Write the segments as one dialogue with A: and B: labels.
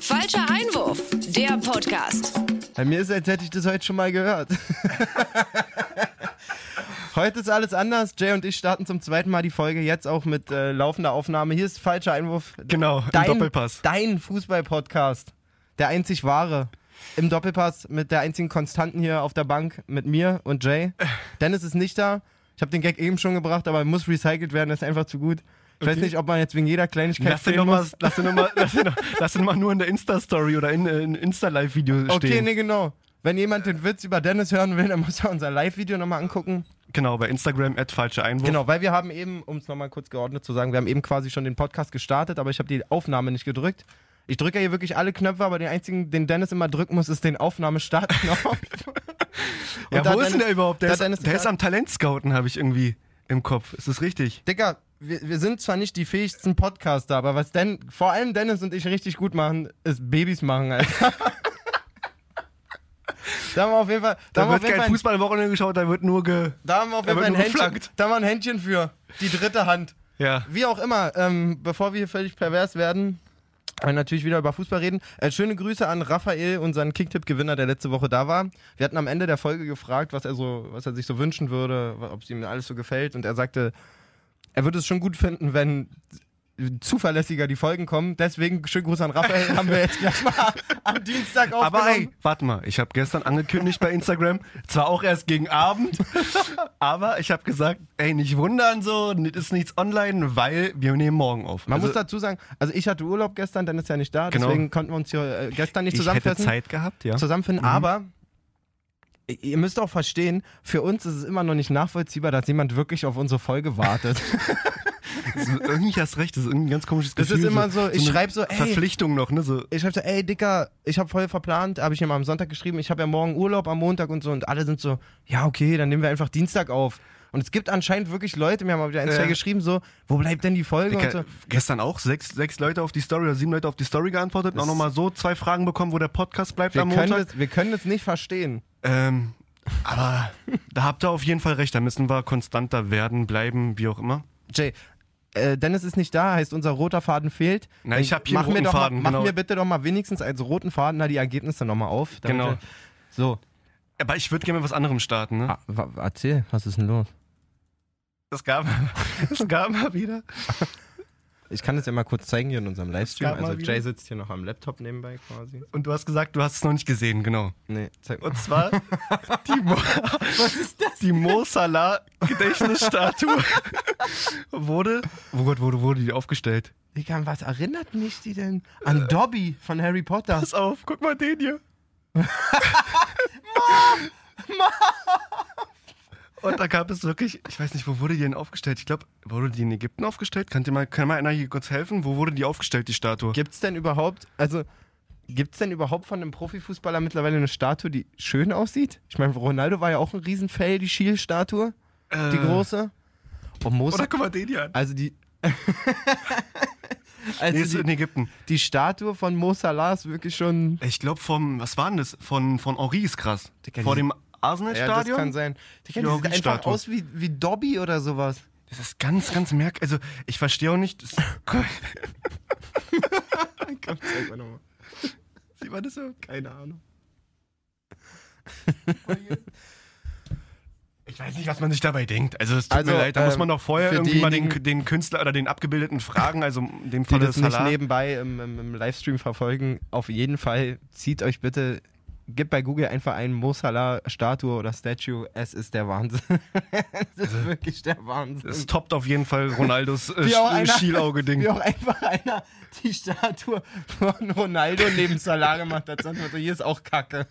A: Falscher Einwurf, der Podcast.
B: Bei mir ist es, als hätte ich das heute schon mal gehört. heute ist alles anders. Jay und ich starten zum zweiten Mal die Folge, jetzt auch mit äh, laufender Aufnahme. Hier ist falscher Einwurf.
C: Genau, im
B: dein,
C: Doppelpass.
B: Dein Fußball-Podcast. Der einzig wahre. Im Doppelpass mit der einzigen Konstanten hier auf der Bank, mit mir und Jay. Dennis ist nicht da. Ich habe den Gag eben schon gebracht, aber er muss recycelt werden, das ist einfach zu gut. Ich weiß
C: Okay.
B: nicht, ob man jetzt wegen jeder Kleinigkeit
C: Lass ihn
B: stehen
C: noch mal,
B: muss.
C: lass ihn noch mal, lass ihn noch, lass ihn mal nur in der Insta-Story oder in, äh, in Insta-Live-Video
B: Okay,
C: stehen.
B: nee, genau. Wenn jemand den Witz über Dennis hören will, dann muss er unser Live-Video nochmal angucken.
C: Genau, bei Instagram, at falsche Einwurf.
B: Genau, weil wir haben eben, um es nochmal kurz geordnet zu sagen, wir haben eben quasi schon den Podcast gestartet, aber ich habe die Aufnahme nicht gedrückt. Ich drücke ja hier wirklich alle Knöpfe, aber den einzigen, den Dennis immer drücken muss, ist den Aufnahmestartknopf.
C: Ja,
B: Und da
C: wo ist denn
B: Dennis-
C: der überhaupt?
B: da
C: Der,
B: Dennis
C: ist, der
B: gesagt-
C: ist am Talentscouten, habe ich irgendwie im Kopf. Ist das richtig?
B: Digga, wir, wir sind zwar nicht die fähigsten Podcaster, aber was denn, vor allem Dennis und ich richtig gut machen, ist Babys machen, Alter. da haben wir auf jeden Fall, da
C: Da
B: haben wir auf
C: wird
B: jeden
C: kein
B: Fall,
C: Fußball am Wochenende geschaut, da wird nur ge...
B: da haben wir auf
C: da
B: jeden Fall
C: wird
B: ein
C: nur
B: Händchen,
C: geflankt.
B: da haben wir ein Händchen für, die dritte Hand.
C: Ja.
B: Wie auch immer, ähm, bevor wir hier völlig pervers werden, wollen wir natürlich wieder über Fußball reden. Äh, schöne Grüße an Raphael, unseren Kicktipp-Gewinner, der letzte Woche da war. Wir hatten am Ende der Folge gefragt, was er, so, was er sich so wünschen würde, wa- ob es ihm alles so gefällt. Und er sagte, er würde es schon gut finden, wenn zuverlässiger die Folgen kommen. Deswegen schönen Gruß an Raphael, haben wir jetzt gleich mal am Dienstag aufgenommen.
C: Aber ey, warte mal, ich habe gestern angekündigt bei Instagram, zwar auch erst gegen Abend, aber ich habe gesagt, ey, nicht wundern so, n- ist nichts online, weil wir nehmen morgen auf.
B: Man
C: Also,
B: muss dazu sagen, also ich hatte Urlaub gestern, dann ist ja nicht da,
C: Genau.
B: deswegen konnten wir uns hier äh, gestern nicht
C: ich hätte
B: zusammenfassen.
C: Zeit gehabt, ja.
B: zusammenfinden. Aber ihr müsst auch verstehen, für uns ist es immer noch nicht nachvollziehbar, dass jemand wirklich auf unsere Folge wartet.
C: Das ist, irgendwie hast recht, das ist irgendwie ein ganz komisches
B: Das
C: Gefühl.
B: ist immer so, ich
C: eine
B: schreib so, ey.
C: Verpflichtung noch, ne? So,
B: Ich schreibe so, ey Dicker, ich habe voll verplant, habe ich ihm am Sonntag geschrieben, ich habe ja morgen Urlaub am Montag und so und alle sind so, ja okay, dann nehmen wir einfach Dienstag auf. Und es gibt anscheinend wirklich Leute, mir haben mal wieder ein, zwei
C: Ja.
B: geschrieben, so, wo bleibt denn die Folge? Und so.
C: Dicker, gestern auch sechs, sechs Leute auf die Story oder sieben Leute auf die Story geantwortet und auch nochmal so zwei Fragen bekommen, wo der Podcast bleibt
B: Wir
C: am
B: können,
C: Montag.
B: es, wir können es nicht verstehen.
C: Ähm, aber da habt ihr auf jeden Fall recht, da müssen wir konstanter werden, bleiben, wie auch immer.
B: Jay, äh, Dennis ist nicht da, heißt unser roter Faden fehlt.
C: Na, ich
B: Dann
C: hab hier
B: mach
C: einen roten
B: mir doch
C: Faden,
B: Mal, mach
C: genau.
B: mir bitte doch mal wenigstens als roten Faden da die Ergebnisse nochmal auf. damit
C: Genau.
B: wir- So,
C: Aber ich würde gerne mit was anderem starten, ne?
B: Ah, wa- wa- erzähl, was ist denn los?
C: Es gab, es gab mal wieder.
B: Ich kann das ja mal kurz zeigen hier in unserem Livestream.
C: gab mal
B: Also
C: wieder-
B: Jay sitzt hier noch am Laptop nebenbei quasi.
C: Und du hast gesagt, du hast es noch nicht gesehen, genau.
B: Nee, zeig mal.
C: Und zwar die, Mo Was ist das? Die Mo Salah Gedächtnisstatue wurde. Wo Oh Gott, wurde, wurde die aufgestellt?
B: Digga, an was erinnert mich die denn? An Dobby von Harry Potter.
C: Pass auf, guck mal den hier. Und da gab es wirklich, ich weiß nicht, wo wurde die denn aufgestellt? Ich glaube, wurde die in Ägypten aufgestellt? Kann, dir mal, kann mal einer hier kurz helfen? Wo wurde die aufgestellt, die Statue?
B: Gibt's denn überhaupt, also, gibt's denn überhaupt von einem Profifußballer mittlerweile eine Statue, die schön aussieht? Ich meine, Ronaldo war ja auch ein Riesenfell, die Schiel-Statue, die große. Und Moses
C: Äh, Oder guck mal den hier an.
B: Äh. Also die.
C: Nee, ist
B: also
C: in
B: die,
C: Ägypten. Äh,
B: die Statue von Mo Salah ist wirklich schon.
C: Ich glaube vom, was war denn das? Von, von Henri ist krass.
B: Digga,
C: Vor
B: diese-
C: dem
B: Ja, das
C: Arsenal-Stadion?
B: kann sein. Die,
C: Ja,
B: sieht
C: die
B: einfach
C: Statue.
B: aus wie, wie Dobby oder sowas.
C: das ist ganz, ganz merkwürdig. Also ich verstehe auch nicht. Das,
B: Komm, zeig mal nochmal.
C: sieht man das so?
B: Keine Ahnung.
C: Ich weiß nicht, was man sich dabei denkt. Also es tut
B: Also,
C: mir leid, da muss
B: ähm,
C: man doch vorher
B: für
C: irgendwie mal den,
B: diejenigen-
C: den Künstler oder den Abgebildeten fragen. Also in dem
B: Die
C: Fall
B: das
C: ist
B: nicht
C: Salah.
B: nebenbei im, im, im Livestream verfolgen, auf jeden Fall zieht euch bitte, gebt bei Google einfach ein Mo Salah Statue oder Statue. Es ist der Wahnsinn. es ist wirklich der Wahnsinn.
C: Es toppt auf jeden Fall Ronaldos äh,
B: Wie auch
C: Sch-
B: einer- Wie
C: Schielauge-Ding.
B: auch einfach einer die Statue von Ronaldo neben Salah gemacht hat. Sonst hier ist auch Kacke.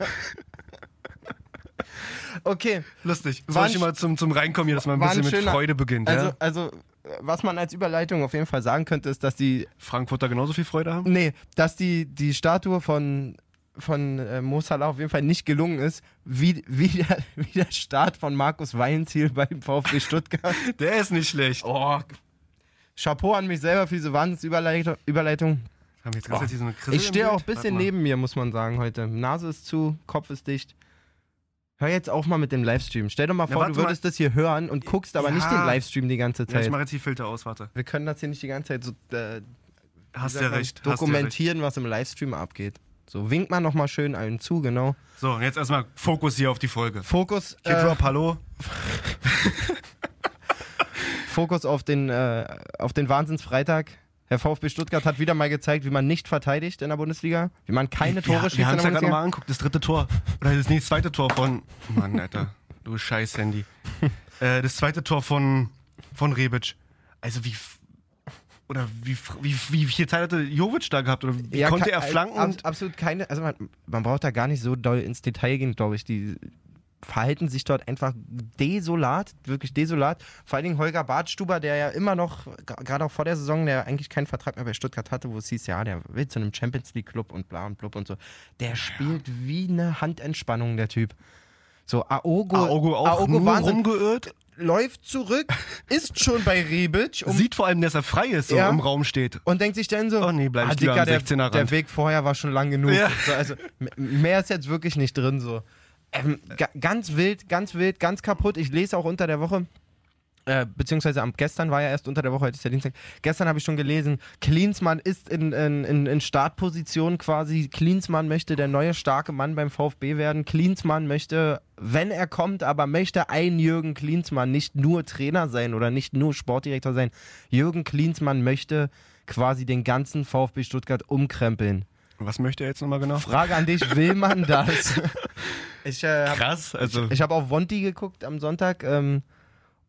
B: Okay,
C: Lustig.
B: War
C: Soll ich
B: ein-
C: mal zum, zum Reinkommen hier, dass man ein
B: war ein
C: bisschen mit
B: schöner-
C: Freude beginnt.
B: also,
C: ja?
B: also äh, was man als Überleitung auf jeden Fall sagen könnte, ist, dass die,
C: Frankfurter genauso viel Freude haben?
B: nee, dass die, die Statue von, von äh, Mo Salah auf jeden Fall nicht gelungen ist, wie, wie, der, wie der Start von Markus Weinziel beim VfB Stuttgart.
C: Der ist nicht schlecht.
B: oh, Chapeau an mich selber für diese Wahnsinnsüberleitung. Überleitung.
C: Haben wir jetzt ganz
B: Oh.
C: jetzt hier so eine Krise
B: Ich
C: im
B: stehe auch ein
C: Bild? Warte
B: bisschen
C: mal.
B: neben mir, muss man sagen, heute. Nase ist zu, Kopf ist dicht. Hör jetzt auch mal mit dem Livestream. Stell dir mal vor,
C: warte
B: du würdest das hier hören und guckst aber
C: Ja.
B: nicht den Livestream die ganze
C: Ja,
B: Zeit.
C: ich mache jetzt die Filter aus, warte.
B: Wir können das hier nicht die ganze Zeit so äh,
C: Hast
B: sagt
C: ja
B: man,
C: recht. Hast ja recht.
B: dokumentieren, was im Livestream abgeht. So, winkt man nochmal schön allen zu, genau.
C: So, und jetzt erstmal Fokus hier auf die Folge.
B: Fokus,
C: Kid
B: äh,
C: Rock, hallo.
B: Fokus auf den, äh, auf den Wahnsinnsfreitag. Herr VfB Stuttgart hat wieder mal gezeigt, wie man nicht verteidigt in der Bundesliga, wie man keine Tore
C: wir
B: schießt
C: wir haben
B: in
C: es
B: der
C: ja gerade
B: Bundesliga.
C: nochmal angeguckt, das dritte Tor. Oder das nächste zweite Tor von. oh Mann, Alter. Du scheiß Handy. äh, das zweite Tor von, von Rebic. Also wie. f- Oder wie, f- wie, wie viel Zeit hatte Jovic da gehabt? Oder wie
B: Ja,
C: konnte
B: ke-
C: er flanken?
B: ab-
C: und-
B: absolut keine, also man, man braucht da gar nicht so doll ins Detail gehen, glaube ich. Die verhalten sich dort einfach desolat, wirklich desolat. Vor allen Dingen Holger Bartstuber, der ja immer noch, gra- gerade auch vor der Saison, der eigentlich keinen Vertrag mehr bei Stuttgart hatte, wo es hieß, ja, der will zu einem Champions League Club und bla und blub und so. Der spielt wie eine Handentspannung, der Typ. So, Aogo,
C: Aogo auch nur
B: Wahnsinn.
C: rumgeirrt.
B: läuft zurück, ist schon bei Rebic um
C: Sieht vor allem, dass er frei ist, so
B: Ja.
C: im Raum steht.
B: und denkt sich dann so, ah,
C: Oh nee, bleib ich lieber am
B: der,
C: 16er
B: der
C: Rand.
B: Weg vorher war schon lang genug.
C: Ja.
B: So, also m- mehr ist jetzt wirklich nicht drin so. Ähm, ga, ganz wild, ganz wild, ganz kaputt. Ich lese auch unter der Woche, äh, beziehungsweise am gestern war ja erst unter der Woche, heute ist der Dienstag. Gestern habe ich schon gelesen, Klinsmann ist in, in, in, in Startposition quasi. Klinsmann möchte der neue starke Mann beim VfB werden. Klinsmann möchte, wenn er kommt, aber möchte ein Jürgen Klinsmann nicht nur Trainer sein oder nicht nur Sportdirektor sein. Jürgen Klinsmann möchte quasi den ganzen VfB Stuttgart umkrempeln.
C: Was möchte er jetzt nochmal genau?
B: Frage an dich, will man das? ich äh, hab
C: Krass, also.
B: ich habe auf Wonti geguckt am Sonntag ähm,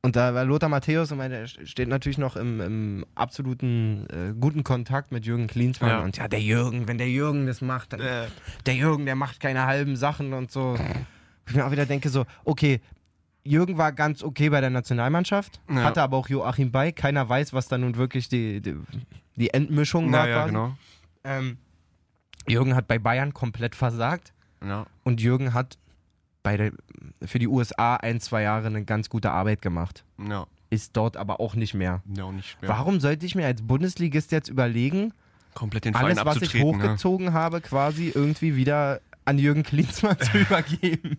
B: und da war Lothar Matthäus und meine, er steht natürlich noch im, im absoluten äh, guten Kontakt mit Jürgen Klinsmann.
C: Ja.
B: Und ja, der Jürgen, wenn der Jürgen das macht, dann,
C: Äh,
B: der Jürgen, der macht keine halben Sachen und so. Ich mir auch wieder denke so, okay, Jürgen war ganz okay bei der Nationalmannschaft,
C: Ja.
B: hatte aber auch Joachim bei. Keiner weiß, was da nun wirklich die, die, die Endmischung war.
C: naja,
B: quasi.
C: genau.
B: ähm, Jürgen hat bei Bayern komplett versagt.
C: Ja.
B: Und Jürgen hat bei der, für die USA ein, zwei Jahre eine ganz gute Arbeit gemacht.
C: Ja.
B: Ist dort aber auch nicht mehr.
C: Ja, und nicht mehr.
B: Warum sollte ich mir als Bundesligist jetzt überlegen,
C: Komplett den
B: alles,
C: Verein
B: was ich
C: Um abzutreten. ne?
B: hochgezogen habe, quasi irgendwie wieder an Jürgen Klinsmann zu übergeben?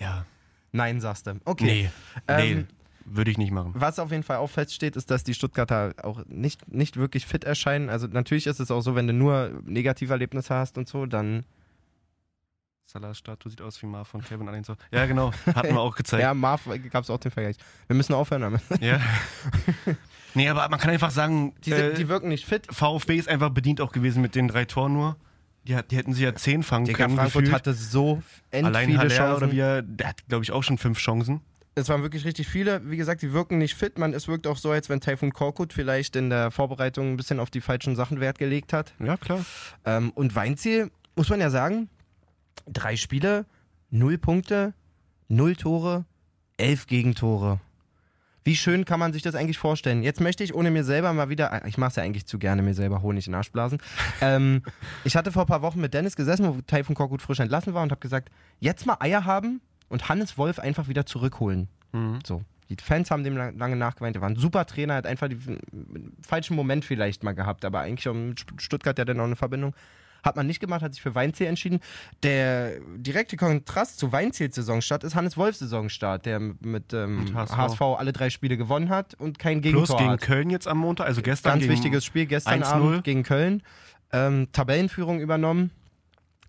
C: Ja.
B: Nein, sagst du. Okay.
C: Nee.
B: Ähm,
C: nee. Würde ich nicht machen.
B: Was auf jeden Fall auch feststeht, ist, dass die Stuttgarter auch nicht, nicht wirklich fit erscheinen. Also natürlich ist es auch so, wenn du nur negative Erlebnisse hast und so, dann
C: Salahs Statue sieht aus wie Mar von Kevin Allianz. Ja, genau. Hatten wir auch gezeigt.
B: ja, Marv gab es auch den Vergleich. Wir müssen aufhören damit.
C: ja. nee, aber man kann einfach sagen,
B: Die,
C: äh,
B: sind, die wirken nicht fit.
C: VfB ist einfach bedient auch gewesen mit den drei Toren nur. Die, hat- die hätten sie ja zehn fangen
B: Digga,
C: können.
B: Frankfurt
C: gefühlt.
B: hatte so end
C: Allein
B: viele
C: Haller
B: Chancen.
C: oder wie er, der hat, glaube ich, auch schon fünf Chancen.
B: es waren wirklich richtig viele. Wie gesagt, die wirken nicht fit. Man, es wirkt auch so, als wenn Taifun Korkut vielleicht in der Vorbereitung ein bisschen auf die falschen Sachen Wert gelegt hat.
C: Ja, klar.
B: Ähm, und Weinziel, muss man ja sagen, drei Spiele, null Punkte, null Tore, elf Gegentore. Wie schön kann man sich das eigentlich vorstellen? Jetzt möchte ich ohne mir selber mal wieder, ich mache es ja eigentlich zu gerne, mir selber Honig in den Arsch blasen. ähm, ich hatte vor ein paar Wochen mit Dennis gesessen, wo Teil von Korkut frisch entlassen war und habe gesagt, jetzt mal Eier haben und Hannes Wolf einfach wieder zurückholen.
C: Mhm.
B: So. Die Fans haben dem lang- lange nachgeweint. Er war ein super Trainer, hat einfach die, einen falschen Moment vielleicht mal gehabt, aber eigentlich auch mit Stuttgart ja dann auch eine Verbindung. Hat man nicht gemacht, hat sich für Weinziel entschieden. Der direkte Kontrast zu Weinziels Saisonstart ist Hannes Wolfs Saisonstart, der mit, ähm,
C: Mit HSV.
B: HSV. alle drei Spiele gewonnen hat und kein
C: Plus
B: Gegentor
C: gegen
B: hat.
C: Köln jetzt am Montag, also gestern.
B: Ganz
C: gegen,
B: wichtiges Spiel gestern
C: 1-0.
B: Abend gegen Köln. Ähm, Tabellenführung übernommen,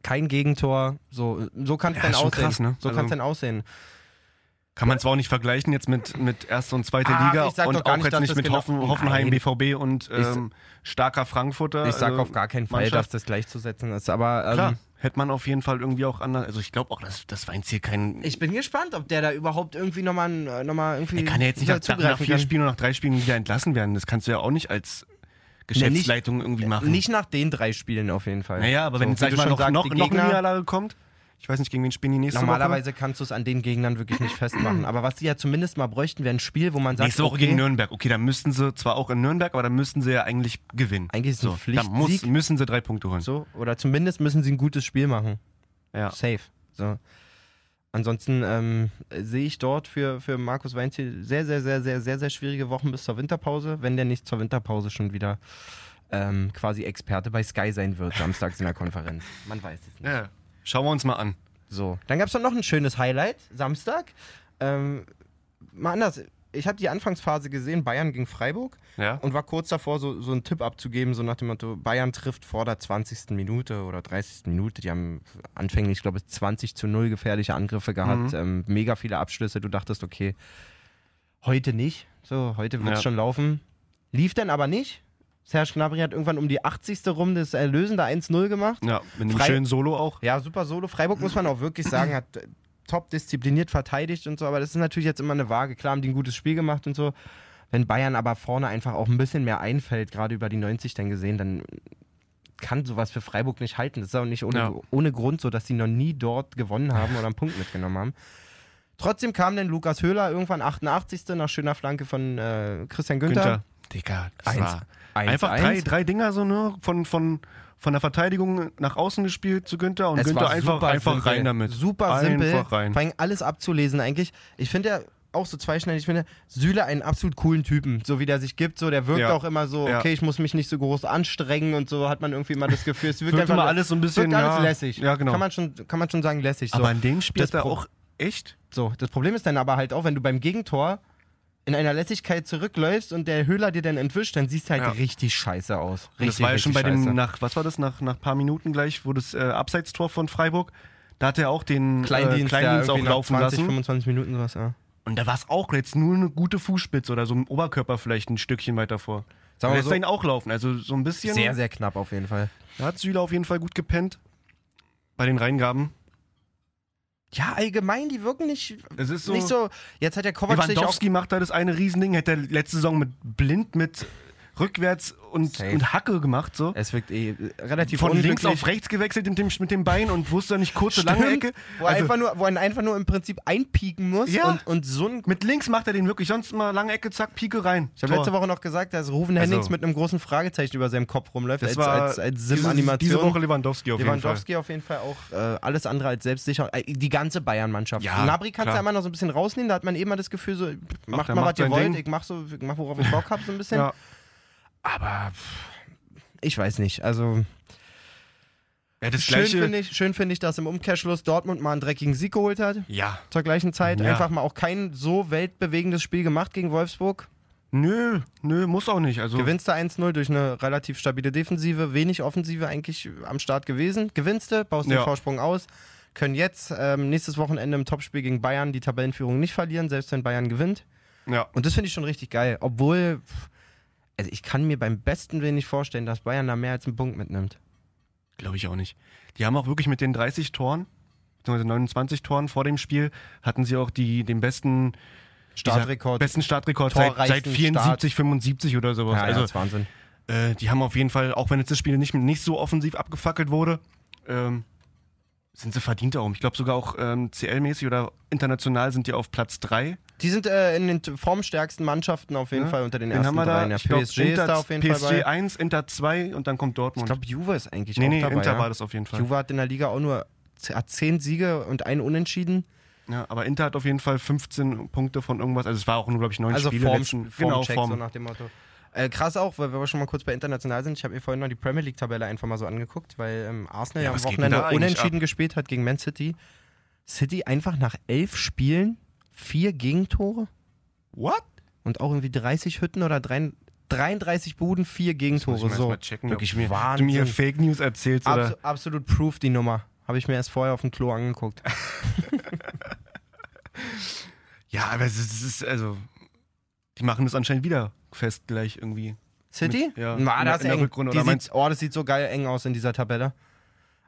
B: kein Gegentor. So, so kann es
C: Ja,
B: dann
C: ist schon
B: aussehen.
C: krass, ne?
B: So
C: Also-
B: kann es dann aussehen.
C: Kann man zwar auch nicht vergleichen jetzt mit, mit erste und zweite
B: Ach,
C: Liga
B: Ah, ich sag
C: und
B: doch gar
C: auch
B: nicht,
C: jetzt
B: dass
C: nicht
B: das
C: mit
B: genau-
C: Hoffen, Hoffenheim,
B: Nein.
C: BVB und
B: Ich-
C: ähm, starker Frankfurter.
B: Ich sag
C: also,
B: auf gar keinen Fall,
C: Mannschaft.
B: dass das gleichzusetzen ist. Aber ähm,
C: Klar, hätte man auf jeden Fall irgendwie auch anders. Also ich glaube auch, dass das Weinziel kein.
B: Ich bin gespannt, ob der da überhaupt irgendwie nochmal noch mal irgendwie.
C: er kann ja jetzt nicht
B: wieder
C: nach, nach, nach vier
B: kann.
C: Spielen oder nach drei Spielen wieder entlassen werden. Das kannst du ja auch nicht als Geschäftsleitung irgendwie machen.
B: Nicht nach den drei Spielen auf jeden Fall.
C: naja, aber wenn
B: So,
C: sag
B: wie du
C: ich mal,
B: schon
C: noch,
B: sagst,
C: noch,
B: die
C: noch eine
B: Gegner-
C: Niederlage kommt, ich weiß nicht, gegen wen spielen die nächste
B: Normalerweise kannst du es an den Gegnern wirklich nicht festmachen. Aber was sie ja zumindest mal bräuchten, wäre ein Spiel, wo man
C: Woche?
B: sagt:
C: Nächste Woche
B: okay,
C: gegen Nürnberg. Okay, dann müssten sie zwar auch in Nürnberg, aber dann müssten sie ja eigentlich gewinnen.
B: Eigentlich ist es ein
C: da muss,
B: Pflichtsieg.
C: müssen sie drei Punkte holen.
B: So, oder zumindest müssen sie ein gutes Spiel machen.
C: Ja.
B: Safe. So. Ansonsten ähm, äh, sehe ich dort für, für Markus Weinziel sehr, sehr, sehr, sehr, sehr, sehr schwierige Wochen bis zur Winterpause, wenn der nicht zur Winterpause schon wieder ähm, quasi Experte bei Sky sein wird, samstags in der Konferenz. Man weiß es nicht.
C: Ja. Schauen wir uns mal an.
B: So, dann gab es noch ein schönes Highlight, Samstag. Ähm, mal anders. ich habe die Anfangsphase gesehen, Bayern gegen Freiburg
C: Ja.
B: und war kurz davor, so, so einen Tipp abzugeben, so nach dem Motto, Bayern trifft vor der 20. Minute oder 30. Minute. Die haben anfänglich, ich glaube, 20 zu 0 gefährliche Angriffe gehabt,
C: Mhm.
B: ähm, mega viele Abschlüsse. Du dachtest, okay, heute nicht. So, heute wird es
C: Ja.
B: schon laufen. Lief dann aber nicht. Serge Gnabry hat irgendwann um die 80. rum das erlösende 1-0 gemacht.
C: Ja, mit einem
B: Frei-
C: schönen Solo auch.
B: Ja, super Solo. Freiburg muss man auch wirklich sagen, hat äh, top diszipliniert verteidigt und so, aber das ist natürlich jetzt immer eine Waage. Klar haben die ein gutes Spiel gemacht und so. Wenn Bayern aber vorne einfach auch ein bisschen mehr einfällt, gerade über die 90 dann gesehen, dann kann sowas für Freiburg nicht halten. Das ist auch nicht ohne,
C: Ja.
B: ohne Grund so, dass die noch nie dort gewonnen haben oder einen Punkt mitgenommen haben. Trotzdem kam dann Lukas Höhler irgendwann 88. nach schöner Flanke von äh, Christian Günther.
C: Günther. Digga, das
B: Eins-
C: war
B: eins-
C: einfach
B: eins.
C: Drei, drei Dinger so, ne? Von, von, von der Verteidigung nach außen gespielt zu Günther und
B: Es
C: Günther
B: war
C: einfach,
B: super
C: einfach
B: simpel.
C: rein damit.
B: Super
C: einfach
B: simpel.
C: rein.
B: Vor allem alles abzulesen eigentlich. Ich finde ja auch so zweischneidig. Ich finde Süle einen absolut coolen Typen, so wie der sich gibt. So, der wirkt
C: Ja.
B: auch immer so,
C: Ja.
B: okay, ich muss mich nicht so groß anstrengen und so hat man irgendwie immer das Gefühl, es wirkt,
C: Wirkt
B: einfach
C: immer
B: nur-
C: alles so ein bisschen,
B: wirkt alles
C: ja.
B: lässig.
C: Ja, genau.
B: Kann man schon, kann man schon sagen, lässig. So.
C: Aber in dem Spiel
B: das
C: hat er
B: Pro-
C: auch echt.
B: so. Das Problem ist dann aber halt auch, wenn du beim Gegentor in einer Lässigkeit zurückläufst und der Höhler dir dann entwischt, dann siehst du halt
C: Ja.
B: richtig scheiße aus. Richtig,
C: Und das war ja
B: richtig
C: schon bei
B: scheiße.
C: dem, nach, was war das, nach, nach paar Minuten gleich, wo das äh, Abseitstor von Freiburg, da hat er auch den
B: Kleindienst,
C: äh, Kleindienst
B: ja,
C: auch
B: irgendwie nach
C: laufen
B: 20,
C: lassen.
B: 25 Minuten sowas, ja.
C: Und da war es auch jetzt nur eine gute Fußspitze oder so ein Oberkörper vielleicht ein Stückchen weiter vor.
B: Sagen wir
C: Lässt
B: so-
C: er ihn auch laufen. Also so ein bisschen.
B: Sehr, sehr knapp auf jeden Fall.
C: Da hat Süle auf jeden Fall gut gepennt. Bei den Reingaben.
B: Ja, allgemein, die wirken nicht
C: Es ist so.
B: nicht so. Jetzt hat der Kovac sich auch.
C: Lewandowski macht da das eine Riesending, hätte er letzte Saison mit blind mit rückwärts und,
B: Safe.
C: und Hacke gemacht so.
B: Es wirkt eh äh, relativ
C: Von links
B: unglücklich.
C: auf rechts gewechselt mit dem, mit dem Bein und wusste dann nicht kurze
B: Stimmt,
C: lange Ecke.
B: Wo,
C: Also
B: einfach nur, wo man einfach nur im Prinzip einpieken muss
C: Ja.
B: und, und so ein.
C: mit links macht er den wirklich sonst immer lange Ecke, zack, Pike rein.
B: Ich habe letzte Woche noch gesagt, dass Ruven
C: Also-
B: Hennings mit einem großen Fragezeichen über seinem Kopf rumläuft, als,
C: das war
B: als, als
C: diese-
B: Sim-Animation.
C: Diese Woche Lewandowski auf
B: Lewandowski auf jeden Fall auch äh, alles andere als selbstsicher. Äh, die ganze Bayern-Mannschaft.
C: Ja,
B: Nabri kannst du
C: klar.
B: immer noch so ein bisschen rausnehmen, da hat man eh immer das Gefühl, so, pff, macht
C: er
B: mal,
C: macht
B: was ihr
C: sein
B: wollt,
C: Ding.
B: ich mach so, ich mach worauf ich Bock hab, so ein bisschen.
C: jeden Fall. Ja.
B: Aber pff, ich weiß nicht. Also
C: ja, das
B: Schön
C: gleiche.
B: finde ich, schön finde ich, dass im Umkehrschluss Dortmund mal einen dreckigen Sieg geholt hat.
C: ja.
B: Zur gleichen Zeit
C: Ja.
B: einfach mal auch kein so weltbewegendes Spiel gemacht gegen Wolfsburg.
C: Nö, nö, muss auch nicht. Also
B: Gewinnst du 1-0 durch eine relativ stabile Defensive, wenig Offensive eigentlich am Start gewesen. Gewinnst du, baust den
C: Ja.
B: Vorsprung aus. Können jetzt ähm, nächstes Wochenende im Topspiel gegen Bayern die Tabellenführung nicht verlieren, selbst wenn Bayern gewinnt.
C: ja.
B: Und das finde ich schon richtig geil. Obwohl, pff, also ich kann mir beim besten Willen nicht vorstellen, dass Bayern da mehr als einen Punkt mitnimmt.
C: Glaube ich auch nicht. Die haben auch wirklich mit den 30 Toren, beziehungsweise 29 Toren vor dem Spiel, hatten sie auch die, den besten
B: Startrekord.
C: Besten Startrekord seit, seit
B: Torreichsten
C: 74, 75 oder sowas.
B: Ja, also, ja,
C: also
B: das ist Wahnsinn.
C: äh, die haben auf jeden Fall, auch wenn jetzt das Spiel nicht, nicht so offensiv abgefackelt wurde, ähm, sind sie verdient darum. Ich glaube sogar auch ähm, CL-mäßig oder international sind die auf Platz 3.
B: Die sind äh, in den t- formstärksten Mannschaften auf jeden
C: Ja.
B: Fall unter den,
C: Den
B: ersten
C: haben wir da,
B: dreien. Ja,
C: ich glaub,
B: PSG ist
C: Inter-
B: da auf jeden
C: PSG
B: Fall bei.
C: 1, Inter 2 und dann kommt
B: Ich
C: Dortmund.
B: glaube, Juve ist eigentlich
C: nee,
B: auch
C: nee,
B: dabei.
C: Inter
B: ja.
C: war das auf jeden Fall.
B: Juve hat in der Liga auch nur z- hat zehn Siege und ein Unentschieden.
C: Ja, aber Inter hat auf jeden Fall 15 Punkte von irgendwas. Also es war auch nur, glaube ich, neun
B: Also
C: Spiele.
B: Form,
C: letzten-
B: genau,
C: genau,
B: so
C: Form.
B: nach dem Motto. Äh, krass auch, weil wir schon mal kurz bei international sind. Ich habe mir vorhin noch die Premier League-Tabelle einfach mal so angeguckt, weil ähm, Arsenal
C: Ja,
B: ja, am
C: was geht denn
B: Wochenende
C: da eigentlich
B: unentschieden gespielt hat gegen Man City. City einfach nach elf Spielen vier Gegentore
C: What?
B: und auch irgendwie 30 Hütten oder drei, 33 Buden, vier
C: Muss ich
B: Gegentore.
C: mal erst
B: So.
C: mal checken,
B: Wirklich
C: ob du mir,
B: Wahnsinn.
C: Du mir Fake News erzählst
B: Abso
C: oder.
B: absolut proof die Nummer. Habe ich mir erst vorher auf dem Klo angeguckt.
C: Ja, aber es ist, es ist also. Die machen das anscheinend wieder fest gleich irgendwie.
B: City?
C: Mit- ja,
B: Na, das
C: in der-
B: ist
C: in der
B: eng.
C: Rückrunde,
B: Die
C: oder
B: sieht, oh, das sieht so geil eng aus in dieser Tabelle.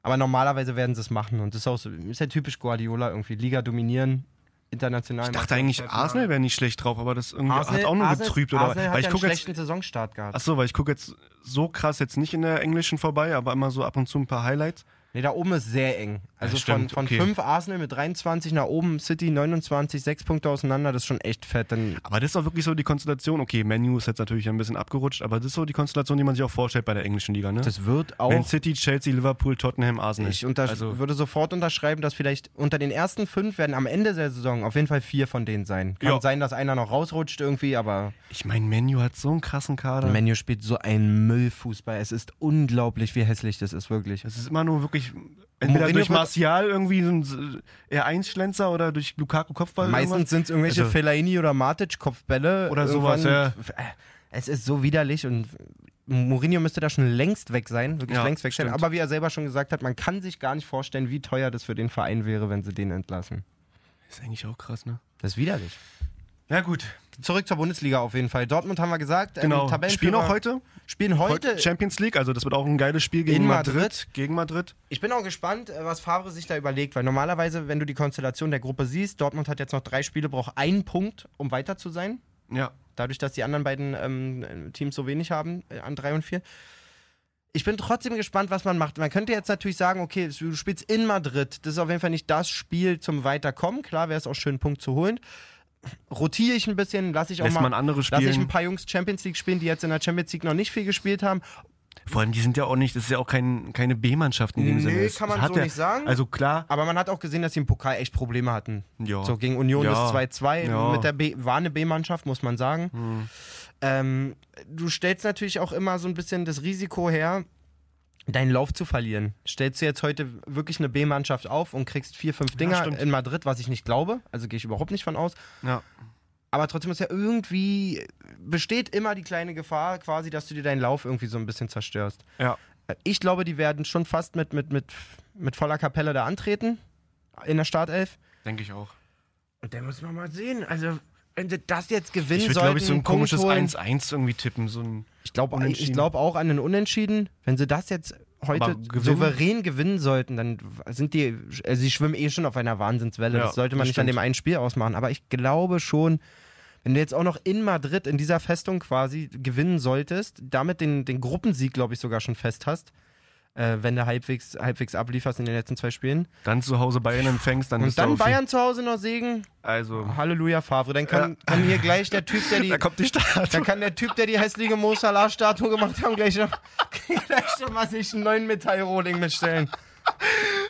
B: Aber normalerweise werden sie es machen. Und das ist, auch so, ist ja typisch Guardiola irgendwie. Liga dominieren, international.
C: Ich
B: machen.
C: dachte eigentlich, Arsenal wäre nicht schlecht drauf, aber das irgendwie hat auch nur
B: Arsenal-
C: getrübt. Oder?
B: Arsenal
C: weil
B: hat
C: ich
B: ja einen
C: gucke jetzt.
B: schlechten Saisonstart gehabt.
C: Achso, weil ich gucke jetzt so krass jetzt nicht in der englischen vorbei, aber immer so ab und zu ein paar Highlights.
B: Nee, da oben ist sehr eng. Also von,
C: Ja, stimmt,
B: von
C: okay.
B: fünf Arsenal mit 23 nach oben, City 29, sechs Punkte auseinander, das ist schon echt fett. Dann
C: Aber das ist auch wirklich so die Konstellation. Okay, Menu ist jetzt natürlich ein bisschen abgerutscht, aber das ist so die Konstellation, die man sich auch vorstellt bei der englischen Liga, ne?
B: das wird auch
C: Man City, Chelsea, Liverpool, Tottenham, Arsenal.
B: Ich unter
C: also,
B: würde sofort unterschreiben, dass vielleicht unter den ersten fünf werden am Ende der Saison auf jeden Fall vier von denen sein. Kann
C: Ja.
B: sein, dass einer noch rausrutscht irgendwie, aber
C: ich meine, Menu hat so einen krassen Kader.
B: Menu spielt so einen Müllfußball. Es ist unglaublich, wie hässlich das ist, wirklich.
C: Es ist immer nur wirklich durch, entweder
B: Mourinho
C: durch
B: wird-
C: Martial irgendwie so ein R1-Schlenzer oder durch Lukaku Kopfball.
B: Meistens sind es irgendwelche
C: Also-
B: Fellaini oder Matic-Kopfbälle.
C: Oder sowas,
B: Irgendwann- äh, Es ist so widerlich und Mourinho müsste da schon längst weg sein, wirklich
C: Ja,
B: längst weg sein.
C: stimmt.
B: Aber wie er selber schon gesagt hat, man kann sich gar nicht vorstellen, wie teuer das für den Verein wäre, wenn sie den entlassen.
C: Ist eigentlich auch krass, ne?
B: Das ist widerlich.
C: Ja, gut.
B: Zurück zur Bundesliga auf jeden Fall. Dortmund haben wir gesagt.
C: Genau.
B: Ähm,
C: Spielen auch heute?
B: Spielen heute.
C: Champions League, also das wird auch ein geiles Spiel gegen
B: In
C: Madrid.
B: Madrid.
C: Gegen Madrid.
B: Ich bin auch gespannt, äh, was Favre sich da überlegt, weil normalerweise, wenn du die Konstellation der Gruppe siehst, Dortmund hat jetzt noch drei Spiele, braucht einen Punkt, um weiter zu sein.
C: Ja.
B: Dadurch, dass die anderen beiden ähm, Teams so wenig haben, äh, an drei und vier. Ich bin trotzdem gespannt, was man macht. Man könnte jetzt natürlich sagen, okay, du spielst in Madrid. Das ist auf jeden Fall nicht das Spiel zum Weiterkommen. Klar wäre es auch schön, einen Punkt zu holen. Rotiere ich ein bisschen, lasse ich auch
C: Lässt
B: mal
C: man andere
B: lasse ich
C: spielen.
B: ein paar Jungs Champions League spielen, die jetzt in der Champions League noch nicht viel gespielt haben.
C: Vor allem, die sind ja auch nicht, das ist ja auch kein, keine B-Mannschaft in dem
B: Nee,
C: Sinne. Das
B: kann man
C: hat
B: so
C: ja-
B: nicht sagen.
C: Also klar,
B: Aber man hat auch gesehen, dass sie im Pokal echt Probleme hatten.
C: Ja.
B: So gegen Union
C: Ja.
B: ist 2-2.
C: Ja. Hm.
B: Mit der B war eine B-Mannschaft, muss man sagen. Ähm, du stellst natürlich auch immer so ein bisschen das Risiko her, deinen Lauf zu verlieren. Stellst du jetzt heute wirklich eine B-Mannschaft auf und kriegst vier, fünf Dinger
C: stimmt.
B: in Madrid, was ich nicht glaube. Also gehe ich überhaupt nicht von aus.
C: ja.
B: Aber trotzdem ist ja irgendwie, besteht immer die kleine Gefahr quasi, dass du dir deinen Lauf irgendwie so ein bisschen zerstörst.
C: Ja.
B: Ich glaube, die werden schon fast mit, mit, mit, mit voller Kapelle da antreten in der Startelf.
C: Denke ich auch.
B: Und dann muss man mal sehen. Also, wenn sie das jetzt gewinnen
C: Ich würde,
B: sollten,
C: glaube ich, so
B: einen
C: ein komisches
B: Punkt holen.
C: 1-1 irgendwie tippen. So ein,
B: Ich glaube
C: Unentschieden.
B: glaub auch an den Unentschieden. Wenn sie das jetzt heute
C: Aber gewinnen?
B: souverän gewinnen sollten, dann sind die, also sie schwimmen eh schon auf einer Wahnsinnswelle.
C: Ja,
B: das sollte man
C: das
B: nicht an dem
C: stimmt.
B: einen Spiel ausmachen. Aber ich glaube schon, wenn du jetzt auch noch in Madrid, in dieser Festung quasi gewinnen solltest, damit den, den Gruppensieg, glaube ich, sogar schon fest hast, äh, wenn du halbwegs, halbwegs ablieferst in den letzten zwei Spielen.
C: dann zu Hause Bayern empfängst, dann
B: Und
C: bist du
B: dann
C: auf jeden-
B: Bayern zu Hause noch Segen.
C: Also,
B: Halleluja, Favre. Dann kann, kann hier gleich der Typ, der die,
C: da kommt die Stadt.
B: dann kann der Typ, der die hässliche Mo Salah-Statue gemacht hat, gleich noch, gleich noch mal sich einen neuen Metallrohling mitstellen.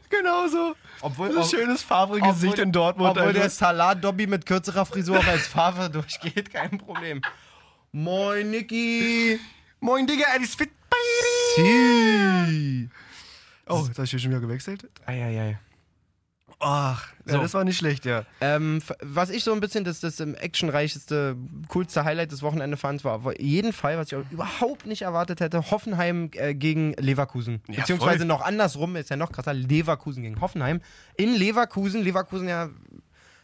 C: genau so.
B: Obwohl,
C: Ein schönes Favre-Gesicht in Dortmund.
B: obwohl der
C: einfach.
B: Salah-Dobby mit kürzerer Frisur auch als Favre durchgeht, kein Problem. Moin, Niki.
C: Moin, Digga, Alice Fit.
B: Sie.
C: Oh, jetzt habe ich hier schon wieder gewechselt.
B: Eieiei.
C: Ach, ja,
B: So.
C: das war nicht schlecht, ja.
B: Ähm, f- was ich so ein bisschen das, das ähm, actionreichste, coolste Highlight des Wochenende fand, war auf jeden Fall, was ich auch überhaupt nicht erwartet hätte, Hoffenheim äh, gegen Leverkusen.
C: Ja,
B: Beziehungsweise
C: voll.
B: noch andersrum, ist ja noch krasser, Leverkusen gegen Hoffenheim. In Leverkusen, Leverkusen ja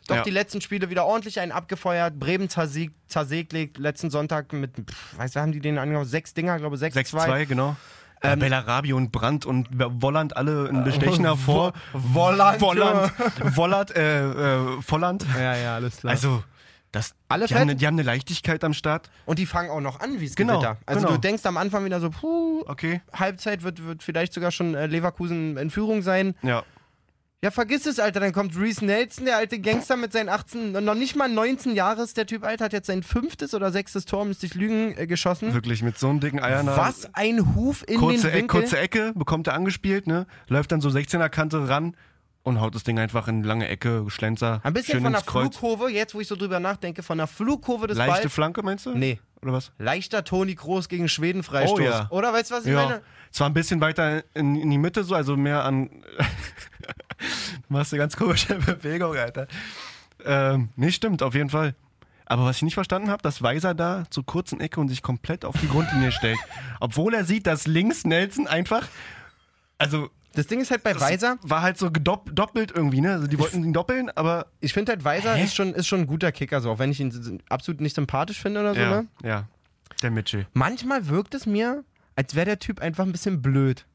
B: doch
C: Ja.
B: die letzten Spiele wieder ordentlich einen abgefeuert, Bremen zersiegt, zersäglich, letzten Sonntag mit, pff, weiß, haben die denen angehauen, sechs Dinger, glaube ich, sechs, zwei.
C: 6-2, genau. Ähm, Bellarabi und Brandt und Wolland alle in bestechender Form.
B: Volland.
C: Volland, Volland, äh, äh, Volland.
B: Ja, ja, alles klar.
C: Also, das,
B: Alle
C: die, haben
B: fett?
C: eine, die haben eine Leichtigkeit am Start.
B: Und die fangen auch noch an, wie es
C: Genau,
B: Gewitter. Also
C: genau.
B: du denkst am Anfang wieder so, puh,
C: Okay.
B: Halbzeit wird, wird vielleicht sogar schon äh, Leverkusen in Führung sein.
C: Ja.
B: Ja, vergiss es, Alter. Dann kommt Reese Nelson, der alte Gangster mit seinen 18, noch nicht mal 19 Jahres. Der Typ, Alter, hat jetzt sein fünftes oder sechstes Tor, müsste ich lügen, äh, geschossen.
C: Wirklich, mit so einem dicken Eiern.
B: Was ein Huf in
C: Kurze,
B: um den
C: Eck,
B: Winkel.
C: kurze Ecke, bekommt er angespielt, ne? Läuft dann so 16er-Kante ran und haut das Ding einfach in lange Ecke, Schlenzer,
B: Ein bisschen
C: schön
B: von der
C: ins Kreuz.
B: Flugkurve, jetzt wo ich so drüber nachdenke, von der Flugkurve des
C: Leichte
B: Balls.
C: Flanke, meinst du?
B: Nee,
C: Oder was?
B: leichter Toni Groß gegen Schweden Freistoß.
C: Oh ja.
B: Oder weißt du, was ich
C: Ja.
B: meine?
C: Zwar ein bisschen weiter in, in die Mitte, so, also mehr an. machst du ganz komische Bewegung, Alter. Ähm, nee, stimmt, auf jeden Fall. Aber was ich nicht verstanden habe, dass Weiser da zur kurzen Ecke und sich komplett auf die Grundlinie stellt. Obwohl er sieht, dass links Nelson einfach. Also,
B: Das Ding ist halt bei Weiser,
C: war halt so gedopp- doppelt irgendwie, ne? Also die wollten ihn doppeln, aber.
B: ich finde halt Weiser ist schon, ist schon ein guter Kicker, so, auch wenn ich ihn s- absolut nicht sympathisch finde
C: Also,
B: oder so, ne?
C: ja. Der Mitchell.
B: manchmal wirkt es mir, als wäre der Typ einfach ein bisschen blöd.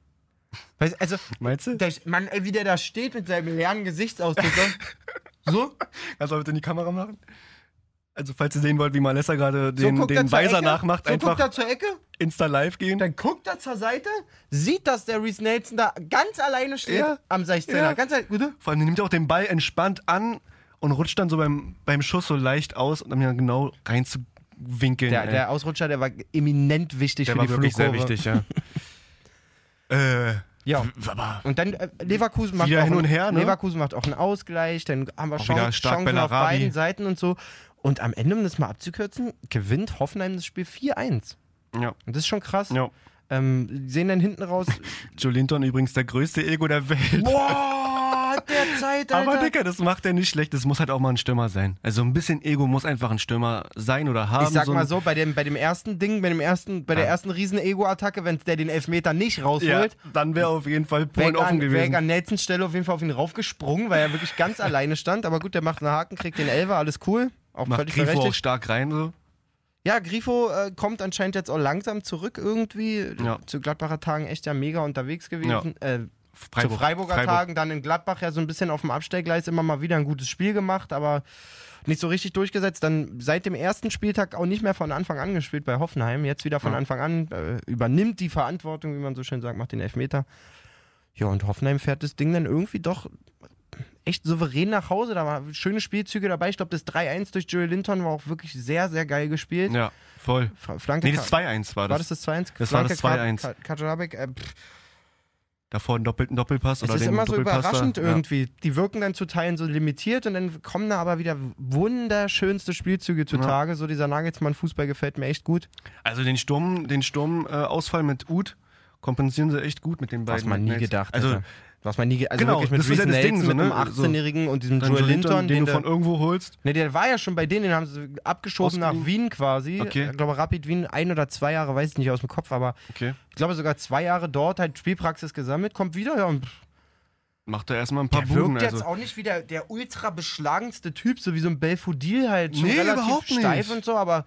B: Weißt, also,
C: Meinst du?
B: der, man, ey, wie der da steht mit seinem leeren Gesichtsausdruck.
C: So? Kannst du bitte in die Kamera machen? Also, falls ihr sehen wollt, wie Malessa gerade den,
B: guckt er
C: den
B: zur
C: Weiser
B: Ecke,
C: nachmacht,
B: so guckt
C: einfach
B: er zur Ecke,
C: Insta live gehen.
B: dann guckt er zur Seite, sieht, dass der Reese Nelson da ganz alleine steht
C: Ja.
B: am 16er.
C: Ja.
B: Ganz allein, bitte?
C: Vor allem, der nimmt auch den Ball entspannt an und rutscht dann so beim, beim Schuss so leicht aus und um ihn dann genau reinzuwinkeln.
B: Der,
C: ey.
B: der Ausrutscher, der war eminent wichtig
C: Der
B: für
C: war
B: die
C: wirklich sehr
B: Flugkurve.
C: wichtig, ja. äh,
B: Ja.
C: aber
B: Und dann äh, Leverkusen macht
C: Wieder
B: auch
C: hin und
B: einen-
C: her, ne?
B: Leverkusen macht auch einen Ausgleich, dann haben wir
C: Auch wieder
B: Chancen,
C: stark
B: Chancen auf
C: Bellarabi.
B: beiden Seiten und so. Und am Ende, um das mal abzukürzen, gewinnt Hoffenheim das Spiel 4-1.
C: ja.
B: Und das ist schon krass.
C: Ja.
B: Ähm, sehen dann hinten raus.
C: Jolinton übrigens der größte Ego der Welt.
B: Boah, der Zeit,
C: Aber Dicker, das macht er nicht schlecht. Das muss halt auch mal ein Stürmer sein. Also ein bisschen Ego muss einfach ein Stürmer sein oder haben.
B: Ich sag
C: ein-
B: mal so, bei dem, bei dem ersten Ding, bei, dem ersten, bei der
C: Ja.
B: ersten Riesen-Ego-Attacke, wenn der den Elfmeter nicht
C: Ja,
B: rausholt,
C: dann wäre auf jeden Fall
B: wäre
C: Polen
B: ich
C: offen
B: an, wär
C: gewesen.
B: ich an Nelsons Stelle auf jeden Fall auf ihn raufgesprungen, weil er wirklich ganz alleine stand. Aber gut, der macht einen Haken, kriegt den Elfer, alles cool. Auch
C: Macht
B: völlig
C: Grifo auch
B: berechtigt.
C: stark rein. So.
B: Ja, Grifo äh, kommt anscheinend jetzt auch langsam zurück irgendwie.
C: Ja.
B: Zu Gladbacher Tagen echt ja mega unterwegs gewesen. Äh,
C: Freiburg.
B: zu Freiburger
C: Freiburg.
B: Tagen, dann in Gladbach ja so ein bisschen auf dem Abstellgleis immer mal wieder ein gutes Spiel gemacht, aber nicht so richtig durchgesetzt. Dann seit dem ersten Spieltag auch nicht mehr von Anfang an gespielt bei Hoffenheim. Jetzt wieder von
C: Ja.
B: Anfang an äh, übernimmt die Verantwortung, wie man so schön sagt, macht den Elfmeter. Ja, und Hoffenheim fährt das Ding dann irgendwie doch echt souverän nach Hause. Da waren schöne Spielzüge dabei. Ich glaube, das 3-1 durch Joey Linton war auch wirklich sehr, sehr geil gespielt.
C: Ja, voll.
B: Fra- Flanke
C: Nee, das
B: Ka-
C: 2-1 war das.
B: war das das 2-1?
C: Das war das
B: Flanke Ka-
C: 2-1.
B: Ka- Kaczorabek, äh, pff,
C: Davor einen doppelten Doppelpass
B: es
C: oder
B: ist
C: den
B: immer so
C: Doppelpass da.
B: überraschend
C: Ja.
B: irgendwie. Die wirken dann zu Teilen so limitiert und dann kommen da aber wieder wunderschönste Spielzüge zutage. So dieser Nagelsmann-Fußball gefällt mir echt gut.
C: Also den Sturm, den Sturmausfall äh, Ausfall mit Uth kompensieren sie echt gut mit den beiden. Magnets. Also
B: hätte. Was man nie ge also
C: Genau,
B: wirklich mit
C: das ist ja
B: Reece
C: das Ding
B: Nelson,
C: so, ne?
B: mit einem 18-Jährigen und diesem
C: dann
B: Joel Linton,
C: den
B: den,
C: du von
B: der,
C: irgendwo holst.
B: ne, der war ja schon bei denen, den haben sie abgeschoben
C: Ausgeliehen?
B: nach Wien quasi.
C: Okay.
B: Ich glaube, Rapid Wien ein oder zwei Jahre, weiß ich nicht aus dem Kopf, aber
C: Okay.
B: ich glaube sogar zwei Jahre dort halt Spielpraxis gesammelt, kommt wieder ja, und
C: Macht er erstmal ein paar
B: Der
C: Buden.
B: wirkt jetzt
C: Also.
B: auch nicht wie der, der ultra beschlagenste Typ, so wie so ein Belfodil halt. Schon
C: Nee,
B: relativ
C: überhaupt nicht.
B: steif und so, aber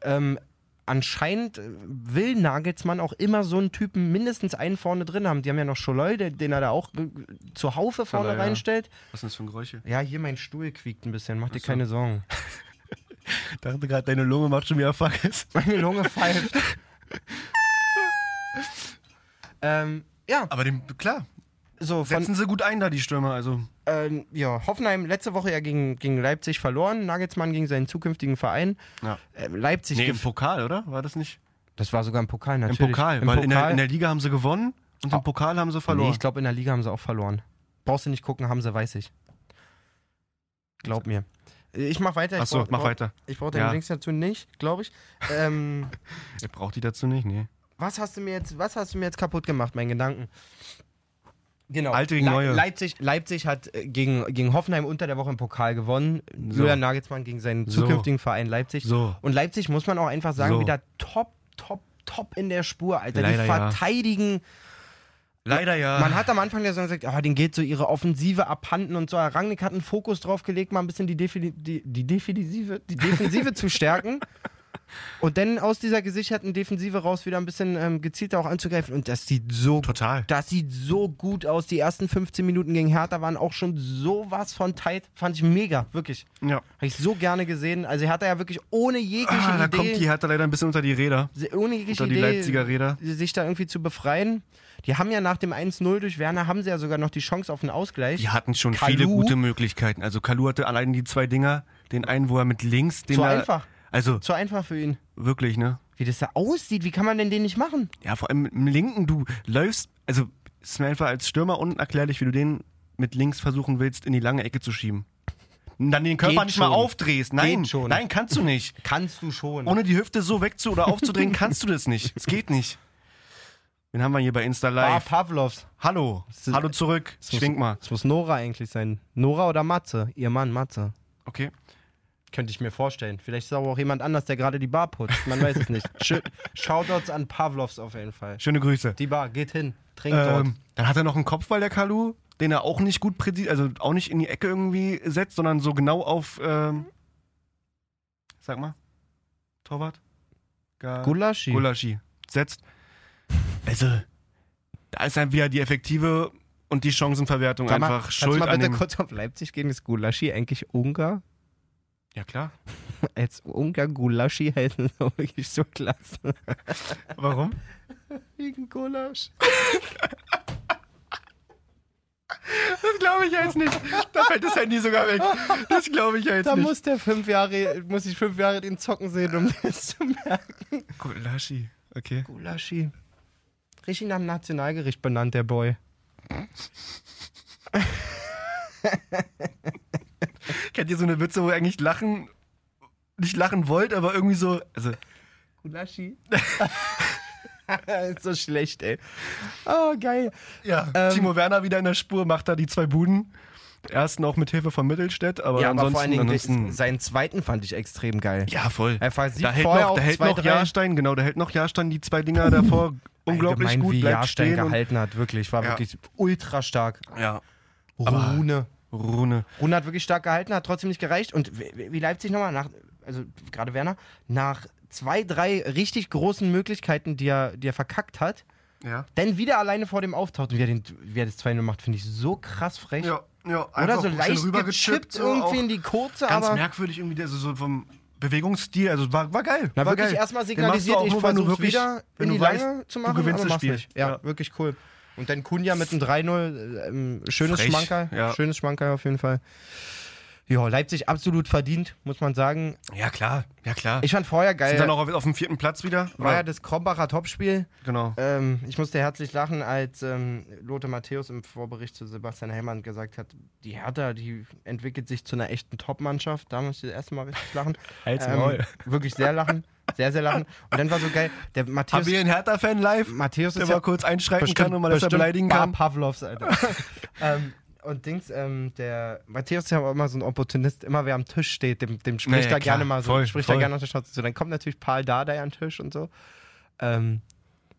B: ähm, anscheinend äh, will Nagelsmann auch immer so einen Typen mindestens einen vorne drin haben. Die haben ja noch Scholoi, der- den er da auch äh, zur Haufe vorne
C: er, ja.
B: reinstellt.
C: Was sind das für Geräusche?
B: Ja, hier mein Stuhl quiekt ein bisschen, mach dir
C: so.
B: keine Sorgen.
C: Ich dachte gerade, deine Lunge macht schon wieder Fuckes.
B: Meine Lunge pfeift. ähm, ja,
C: Aber den, klar,
B: so von,
C: setzen sie gut ein da, die Stürmer. Also
B: ähm, ja, Hoffenheim letzte Woche ja gegen, gegen Leipzig verloren. Nagelsmann gegen seinen zukünftigen Verein.
C: Ja.
B: Äh, Leipzig.
C: nee, im
B: gef-
C: Pokal, oder? War das nicht?
B: das war sogar im Pokal natürlich.
C: Im Pokal, Oh. weil In, der, in der Liga haben sie gewonnen und im Pokal haben sie
B: nee,
C: verloren.
B: ich glaube, in der Liga haben sie auch verloren. Brauchst du nicht gucken, haben sie, weiß ich. Glaub mir. Äh, Ich mach weiter. ich
C: Achso,
B: brauch-
C: mach
B: brauch-
C: weiter.
B: Ich brauche deine
C: Ja.
B: Links dazu nicht, glaube ich. Ähm,
C: Ihr braucht die dazu nicht, nee.
B: was, hast du mir jetzt, was hast du mir jetzt kaputt gemacht, meinen Gedanken? Genau.
C: Alte gegen
B: Le
C: Neue.
B: Leipzig, Leipzig hat äh, gegen, gegen Hoffenheim unter der Woche im Pokal gewonnen.
C: So.
B: Julian Nagelsmann gegen seinen
C: So.
B: zukünftigen Verein Leipzig.
C: So.
B: Und Leipzig muss man auch einfach sagen,
C: So.
B: wieder top, top, top in der Spur, Alter.
C: Leider
B: die
C: ja.
B: verteidigen.
C: Leider ja.
B: Man hat am Anfang der Saison gesagt, oh, denen geht so ihre Offensive abhanden und so. Rangnick hat einen Fokus drauf gelegt, mal ein bisschen die, Defini die, die, Defensive, die Defensive zu stärken. Und dann aus dieser gesicherten Defensive raus wieder ein bisschen ähm, gezielter auch anzugreifen. Und das sieht so
C: Total.
B: das sieht so gut aus. Die ersten 15 Minuten gegen Hertha waren auch schon sowas von tight. Fand ich mega, wirklich.
C: Ja.
B: Habe ich so gerne gesehen. Also Hertha ja wirklich ohne jegliche
C: Ah, da
B: Idee,
C: kommt die Hertha leider ein bisschen unter die Räder.
B: se- ohne jegliche
C: Unter die Leipziger
B: Idee,
C: Räder.
B: sich da irgendwie zu befreien. Die haben ja nach dem 1-0 durch Werner, haben sie ja sogar noch die Chance auf einen Ausgleich.
C: Die hatten schon
B: Kalou?
C: viele gute Möglichkeiten. Also Kalu hatte allein die zwei Dinger. Den einen, wo er mit links... Den
B: Zu
C: er-
B: einfach.
C: Also
B: Zu einfach für ihn.
C: wirklich, ne?
B: Wie das da aussieht, wie kann man denn den nicht machen?
C: Ja, vor allem mit dem linken, du läufst... Also ist mir einfach als Stürmer unerklärlich, wie du den mit links versuchen willst, in die lange Ecke zu schieben. Und dann den Körper
B: Geht
C: nicht
B: schon.
C: mal aufdrehst. Nein,
B: Geht schon.
C: nein, kannst du nicht.
B: Kannst du schon.
C: Ohne die Hüfte so wegzu- oder aufzudrehen, kannst du das nicht. Es geht nicht. Wen haben wir hier bei Insta
B: ah,
C: Live?
B: Pavlovs.
C: Hallo.
B: ist-
C: Hallo zurück.
B: Das muss-
C: Schwing mal.
B: Das muss Nora eigentlich sein. Nora oder Matze? Ihr Mann, Matze.
C: Okay.
B: Könnte ich mir vorstellen. Vielleicht ist aber auch jemand anders, der gerade die Bar putzt. Man weiß es nicht. Schö Shoutouts an Pavlovs auf jeden Fall.
C: Schöne Grüße.
B: Die Bar, geht hin. Trinkt
C: Ähm, dann hat er noch einen Kopfball, der Kalu, den er auch nicht gut präzise, also auch nicht in die Ecke irgendwie setzt, sondern so genau auf, ähm, sag mal, Torwart? Ga-
B: dort. Gulaschi.
C: Gulaschi. Setzt. Also, da ist dann wieder die effektive und die Chancenverwertung
B: Sag mal,
C: einfach
B: kannst
C: schuld
B: du mal
C: an
B: bitte
C: dem...
B: kurz auf Leipzig gehen? Ist Gulaschi eigentlich Ungar?
C: Ja, klar.
B: Als Ungar Gulaschi heißen ist auch wirklich so klasse.
C: Warum?
B: Wegen Gulasch.
C: Das glaube ich jetzt nicht. Da fällt das Handy sogar weg. Das glaube ich jetzt
B: Da
C: nicht.
B: muss der fünf Jahre, muss ich fünf Jahre den zocken sehen, um das zu merken.
C: Gulaschi. Okay.
B: Gulaschi. Richtig nach dem Nationalgericht benannt, der Boy.
C: Kennt ihr so eine Witze, wo ihr eigentlich lachen, nicht lachen wollt, aber irgendwie so, also
B: Gulaschi. ist so schlecht, ey. Oh, geil.
C: Ja,
B: Ähm,
C: Timo Werner wieder in der Spur, macht da die zwei Buden. Den ersten auch mit Hilfe von Mittelstädt, aber
B: Ja, aber
C: ansonsten.
B: vor allen Dingen den-
C: ansonsten
B: seinen zweiten fand ich extrem geil.
C: ja, voll.
B: Er versieht
C: Da hält
B: vorher
C: noch, da
B: auch
C: hält
B: zwei,
C: noch
B: drei-
C: Jahrstein, genau, da hält noch Jahrstein die zwei Dinger davor. Unglaublich
B: Allgemein,
C: gut,
B: wie
C: bleibt
B: Jahrstein
C: stehen. Und,
B: gehalten hat, wirklich. War
C: Ja.
B: wirklich ultra stark.
C: ja,
B: Rune.
C: Rune.
B: Rune hat wirklich stark gehalten, hat trotzdem nicht gereicht. Und wie wie Leipzig nochmal, nach, also gerade Werner, nach zwei, drei richtig großen Möglichkeiten, die er, die er verkackt hat,
C: Ja.
B: dann wieder alleine vor dem auftaucht. Und wie er, den, wie er das 2-0 macht, finde ich so krass frech.
C: Ja, ja,
B: Oder
C: einfach
B: so
C: schön
B: leicht
C: rübergechippt,
B: gechippt
C: so auch
B: irgendwie in die Kurze,
C: Ganz
B: aber.
C: merkwürdig irgendwie, also so vom Bewegungsstil, also war, war geil.
B: Na,
C: war
B: wirklich
C: geil.
B: erstmal
C: Den machst du
B: signalisiert,
C: auch
B: ich
C: nur, wenn du
B: versuche
C: wirklich-
B: wieder
C: wenn
B: in die
C: du weißt,
B: Lange zu machen.
C: Du gewinnst
B: aber
C: das
B: machst
C: Spiel.
B: Nicht. Ja, wirklich cool. Und dann Kunja mit einem 3-0, äh, ähm, schönes
C: Frech,
B: Schmankerl,
C: ja.
B: schönes Schmankerl auf jeden Fall. Ja, Leipzig absolut verdient, muss man sagen.
C: Ja, klar, ja klar.
B: Ich fand vorher geil,
C: Sind dann auch auf, auf dem vierten Platz wieder.
B: war ja
C: Oder-
B: das Krombacher Topspiel.
C: genau.
B: Ähm, ich musste herzlich lachen, als ähm, Lothar Matthäus im Vorbericht zu Sebastian Hellmann gesagt hat, die Hertha, die entwickelt sich zu einer echten Top-Mannschaft. Da musste ich das erste Mal richtig lachen.
C: Halt's
B: ähm,
C: Maul.
B: wirklich sehr lachen, sehr, sehr lachen. Und dann war so geil, der
C: Haben
B: Matthäus,
C: wir einen Hertha-Fan live,
B: Matthäus
C: der
B: ist
C: mal
B: ja
C: kurz einschreiten kann und mal das
B: bestimmt
C: beleidigen
B: Bar
C: kann?
B: Pavlovs, Alter. ähm, und Dings, ähm, der Matthäus ist ja auch immer so ein Opportunist, immer wer am Tisch steht, dem, dem spricht
C: Naja,
B: er
C: klar,
B: gerne mal so,
C: voll,
B: spricht er
C: voll.
B: gerne auf der Schnauze zu. Dann kommt natürlich Paul Dardai an den Tisch und so. Ähm,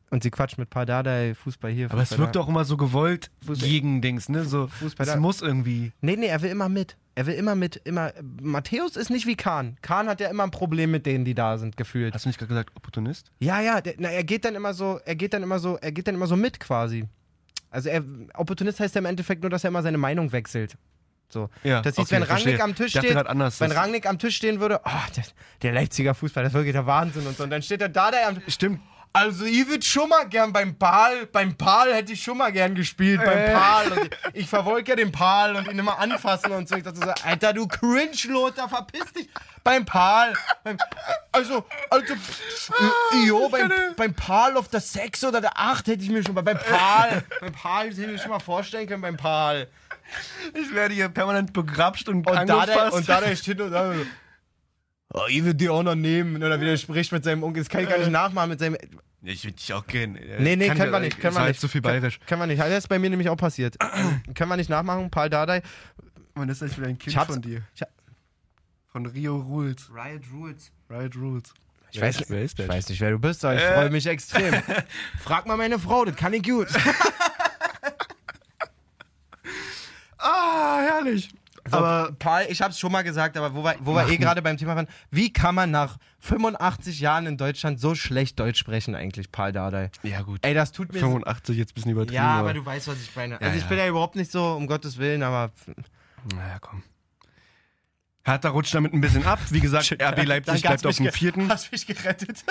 B: und sie quatscht mit Paul Dardai, Fußball hier.
C: Aber es
B: Fußball
C: wirkt
B: da.
C: auch immer so gewollt
B: Fußball-
C: gegen Dings, ne? So,
B: Fußball-
C: es muss irgendwie.
B: Nee, nee, er will immer mit. Er will immer mit, immer. Matthäus ist nicht wie Kahn. Kahn hat ja immer ein Problem mit denen, die da sind, gefühlt.
C: Hast du nicht gerade gesagt, Opportunist?
B: Ja, ja, der, na, er geht dann immer so, er geht dann immer so, er geht dann immer so mit quasi. Also er, Opportunist heißt ja im Endeffekt nur, dass er immer seine Meinung wechselt. So.
C: Ja,
B: das hieß,
C: okay,
B: wenn Rangnick
C: verstehe.
B: am Tisch
C: Ich dachte
B: steht,
C: grad anders,
B: wenn
C: das-
B: Rangnick am Tisch stehen würde, oh, der, der Leipziger Fußball, das ist wirklich der Wahnsinn und so. Und dann steht er da, der am
C: Stimmt.
B: also ich würde schon mal gern beim Pal, beim Pal hätte ich schon mal gern gespielt,
C: Äh.
B: beim Pal. Und ich verfolge ja den Pal und ihn immer anfassen und so. Ich dachte so, Alter, du cringe Lothar, verpiss dich. Beim Pal. Beim, also, also, pff,
C: Ah,
B: jo, beim, beim Pal auf der 6 oder der 8 hätte ich mir schon mal, beim Pal, beim Pal hätte ich mir schon mal vorstellen können, beim Pal.
C: Ich werde hier permanent begrapscht und,
B: Und da
C: angefasst.
B: und Dada steht und sagt so, oh, ich würde die auch noch nehmen. Oder widerspricht mit seinem Onkel, das kann ich gar
C: Äh.
B: nicht nachmachen, mit seinem
C: ich würde dich auch kennen.
B: Nee, nee, können wir nicht. Können wir nicht.
C: zu viel bayerisch.
B: Kann, können wir nicht. Das ist bei mir nämlich auch passiert. können wir nicht nachmachen. Paul Dardai.
C: Man ist echt wieder ein Kind
B: Ich hab's-
C: von dir.
B: ich hab-
C: von Rio Rules.
B: Riot Rules.
C: Riot Rules.
B: Ich weiß,
C: Wer ist
B: ich
C: der?
B: weiß nicht, wer Äh. du bist, aber ich freue mich extrem. Frag mal meine Frau, das kann ich gut.
C: Ah, herrlich.
B: Aber Paul, ich hab's schon mal gesagt, aber wo wir, wo wir eh gerade beim Thema waren, wie kann man nach 85 Jahren in Deutschland so schlecht Deutsch sprechen eigentlich, Paul Dardai?
C: Ja, gut.
B: Ey, das tut mir so.
C: 85 jetzt ein bisschen übertrieben.
B: Ja, aber du weißt, was ich meine. Also
C: Ja,
B: ich
C: ja.
B: bin ja überhaupt nicht so, um Gottes Willen, aber
C: Naja, komm. Hertha rutscht damit ein bisschen ab. Wie gesagt, RB Leipzig
B: Dann hat's
C: bleibt auf
B: mich
C: dem
B: ge-
C: vierten.
B: Hast mich gerettet.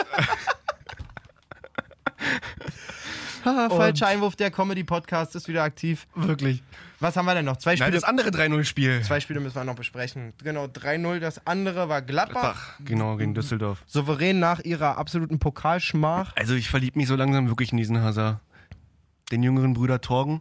B: Ah, Falscher Einwurf, der Comedy-Podcast ist wieder aktiv.
C: Wirklich.
B: Was haben wir denn noch? Zwei
C: Nein,
B: Spiele,
C: das andere 3-0-Spiel.
B: zwei Spiele müssen wir noch besprechen. Genau, 3-0. Das andere war Gladbach.
C: Ach, genau, gegen Düsseldorf.
B: Souverän nach ihrer absoluten Pokalschmach.
C: Also ich verlieb mich so langsam wirklich in diesen Hazard. Den jüngeren Bruder Torgen,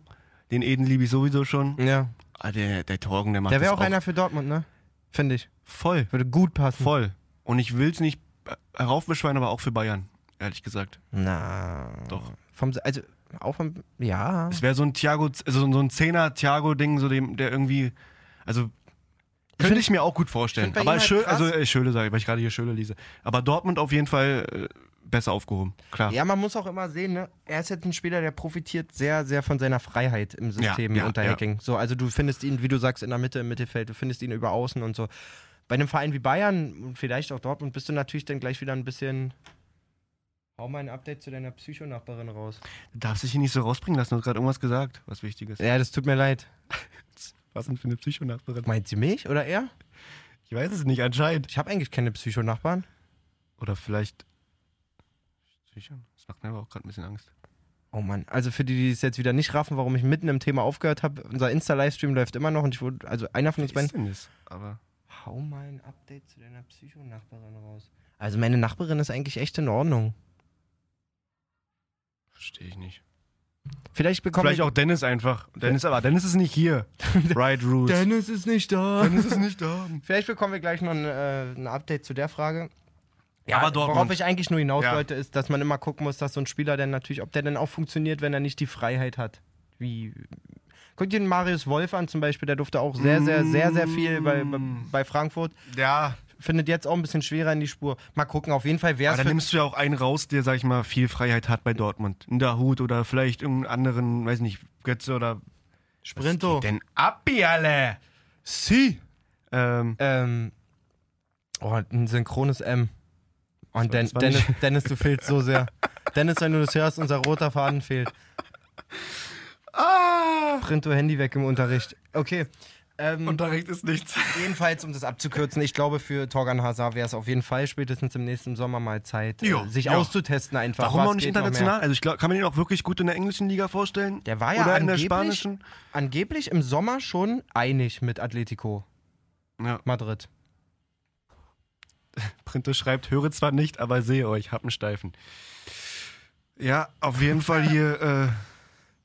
C: den Eden liebe ich sowieso schon.
B: Ja.
C: Ah, der, der Torgen, der macht
B: Der wäre
C: das
B: auch einer für Dortmund, ne? Finde ich.
C: voll,
B: Würde gut passen.
C: voll. Und ich will's nicht äh, heraufbeschwören, aber auch für Bayern, ehrlich gesagt.
B: Na.
C: Doch.
B: Vom, also, auch vom. Ja.
C: Es wäre so ein Thiago, also so ein Zehner Thiago Ding, so dem der irgendwie also könnte
B: find-
C: ich mir auch gut vorstellen,
B: ich find bei ihm
C: aber
B: halt
C: Schöle,
B: krass-
C: also äh, Schöle sage ich, weil ich gerade hier Schöle lese, aber Dortmund auf jeden Fall äh, besser aufgehoben. Klar.
B: Ja, man muss auch immer sehen, ne? er ist jetzt ein Spieler, der profitiert sehr, sehr von seiner Freiheit im System
C: Ja, ja,
B: unter
C: ja.
B: Hacking. So, also du findest ihn, wie du sagst, in der Mitte, im Mittelfeld, du findest ihn über außen und so. Bei einem Verein wie Bayern und vielleicht auch Dortmund bist du natürlich dann gleich wieder ein bisschen. Hau mal ein Update zu deiner Psychonachbarin raus.
C: Du darfst dich hier nicht so rausbringen lassen, du hast gerade irgendwas gesagt, was wichtiges.
B: Ja, das tut mir leid.
C: Was denn für eine Psychonachbarin?
B: Meint sie mich oder er?
C: Ich weiß es nicht, anscheinend.
B: Ich habe eigentlich keine Psychonachbarn.
C: Oder vielleicht. Sicher? Das macht mir aber auch gerade ein bisschen Angst.
B: Oh Mann, also für die, die es jetzt wieder nicht raffen, warum ich mitten im Thema aufgehört habe, unser Insta-Livestream läuft immer noch und ich wurde, also einer von uns beiden
C: denn das? Aber.
B: Hau mal ein Update zu deiner Psychonachbarin raus. Also meine Nachbarin ist eigentlich echt in Ordnung.
C: Verstehe ich nicht.
B: Vielleicht bekomme
C: vielleicht auch Dennis einfach. Dennis, aber Dennis ist nicht hier. Right Roots.
B: Dennis ist nicht da.
C: Dennis ist nicht da.
B: Vielleicht bekommen wir gleich noch ein, äh, ein Update zu der Frage.
C: Ja, aber
B: Worauf
C: Dortmund.
B: ich eigentlich nur hinaus
C: Ja.
B: wollte, ist, dass man immer gucken muss, dass so ein Spieler dann natürlich, ob der dann auch funktioniert, wenn er nicht die Freiheit hat. Wie. Guck dir den Marius Wolf an zum Beispiel, der durfte auch sehr, sehr, sehr, sehr viel bei, bei- bei Frankfurt.
C: ja,
B: Findet jetzt auch ein bisschen schwerer in die Spur. Mal gucken, auf jeden Fall wäre
C: aber dann
B: es.
C: nimmst du ja auch einen raus, der, sag ich mal, viel Freiheit hat bei Dortmund. Ein Dahut oder vielleicht irgendeinen anderen, weiß nicht, Götze oder.
B: Sprinto.
C: Denn ab, ihr alle!
B: Sie.
C: Ähm,
B: Ähm, oh, ein synchrones M. Und Den,
C: das war nicht-
B: Dennis, Dennis, du fehlst so sehr. Dennis, wenn du das hörst, unser roter Faden fehlt.
C: ah!
B: Printo Handy weg im Unterricht. Okay. Ähm,
C: Unterricht ist nichts.
B: Jedenfalls, um das abzukürzen, ich glaube, für Torgan Hazard wäre es auf jeden Fall spätestens im nächsten Sommer mal Zeit, äh,
C: Ja,
B: sich
C: ja.
B: auszutesten einfach.
C: Warum
B: Was
C: auch nicht
B: geht noch mehr?
C: international? Also ich glaube, kann man ihn auch wirklich gut in der englischen Liga vorstellen?
B: Der war ja
C: Oder in der
B: angeblich,
C: spanischen?
B: angeblich im Sommer schon einig mit Atletico
C: Ja.
B: Madrid.
C: Printe schreibt, höre zwar nicht, aber sehe euch, hab einen Steifen. Ja, auf jeden Fall hier. Äh,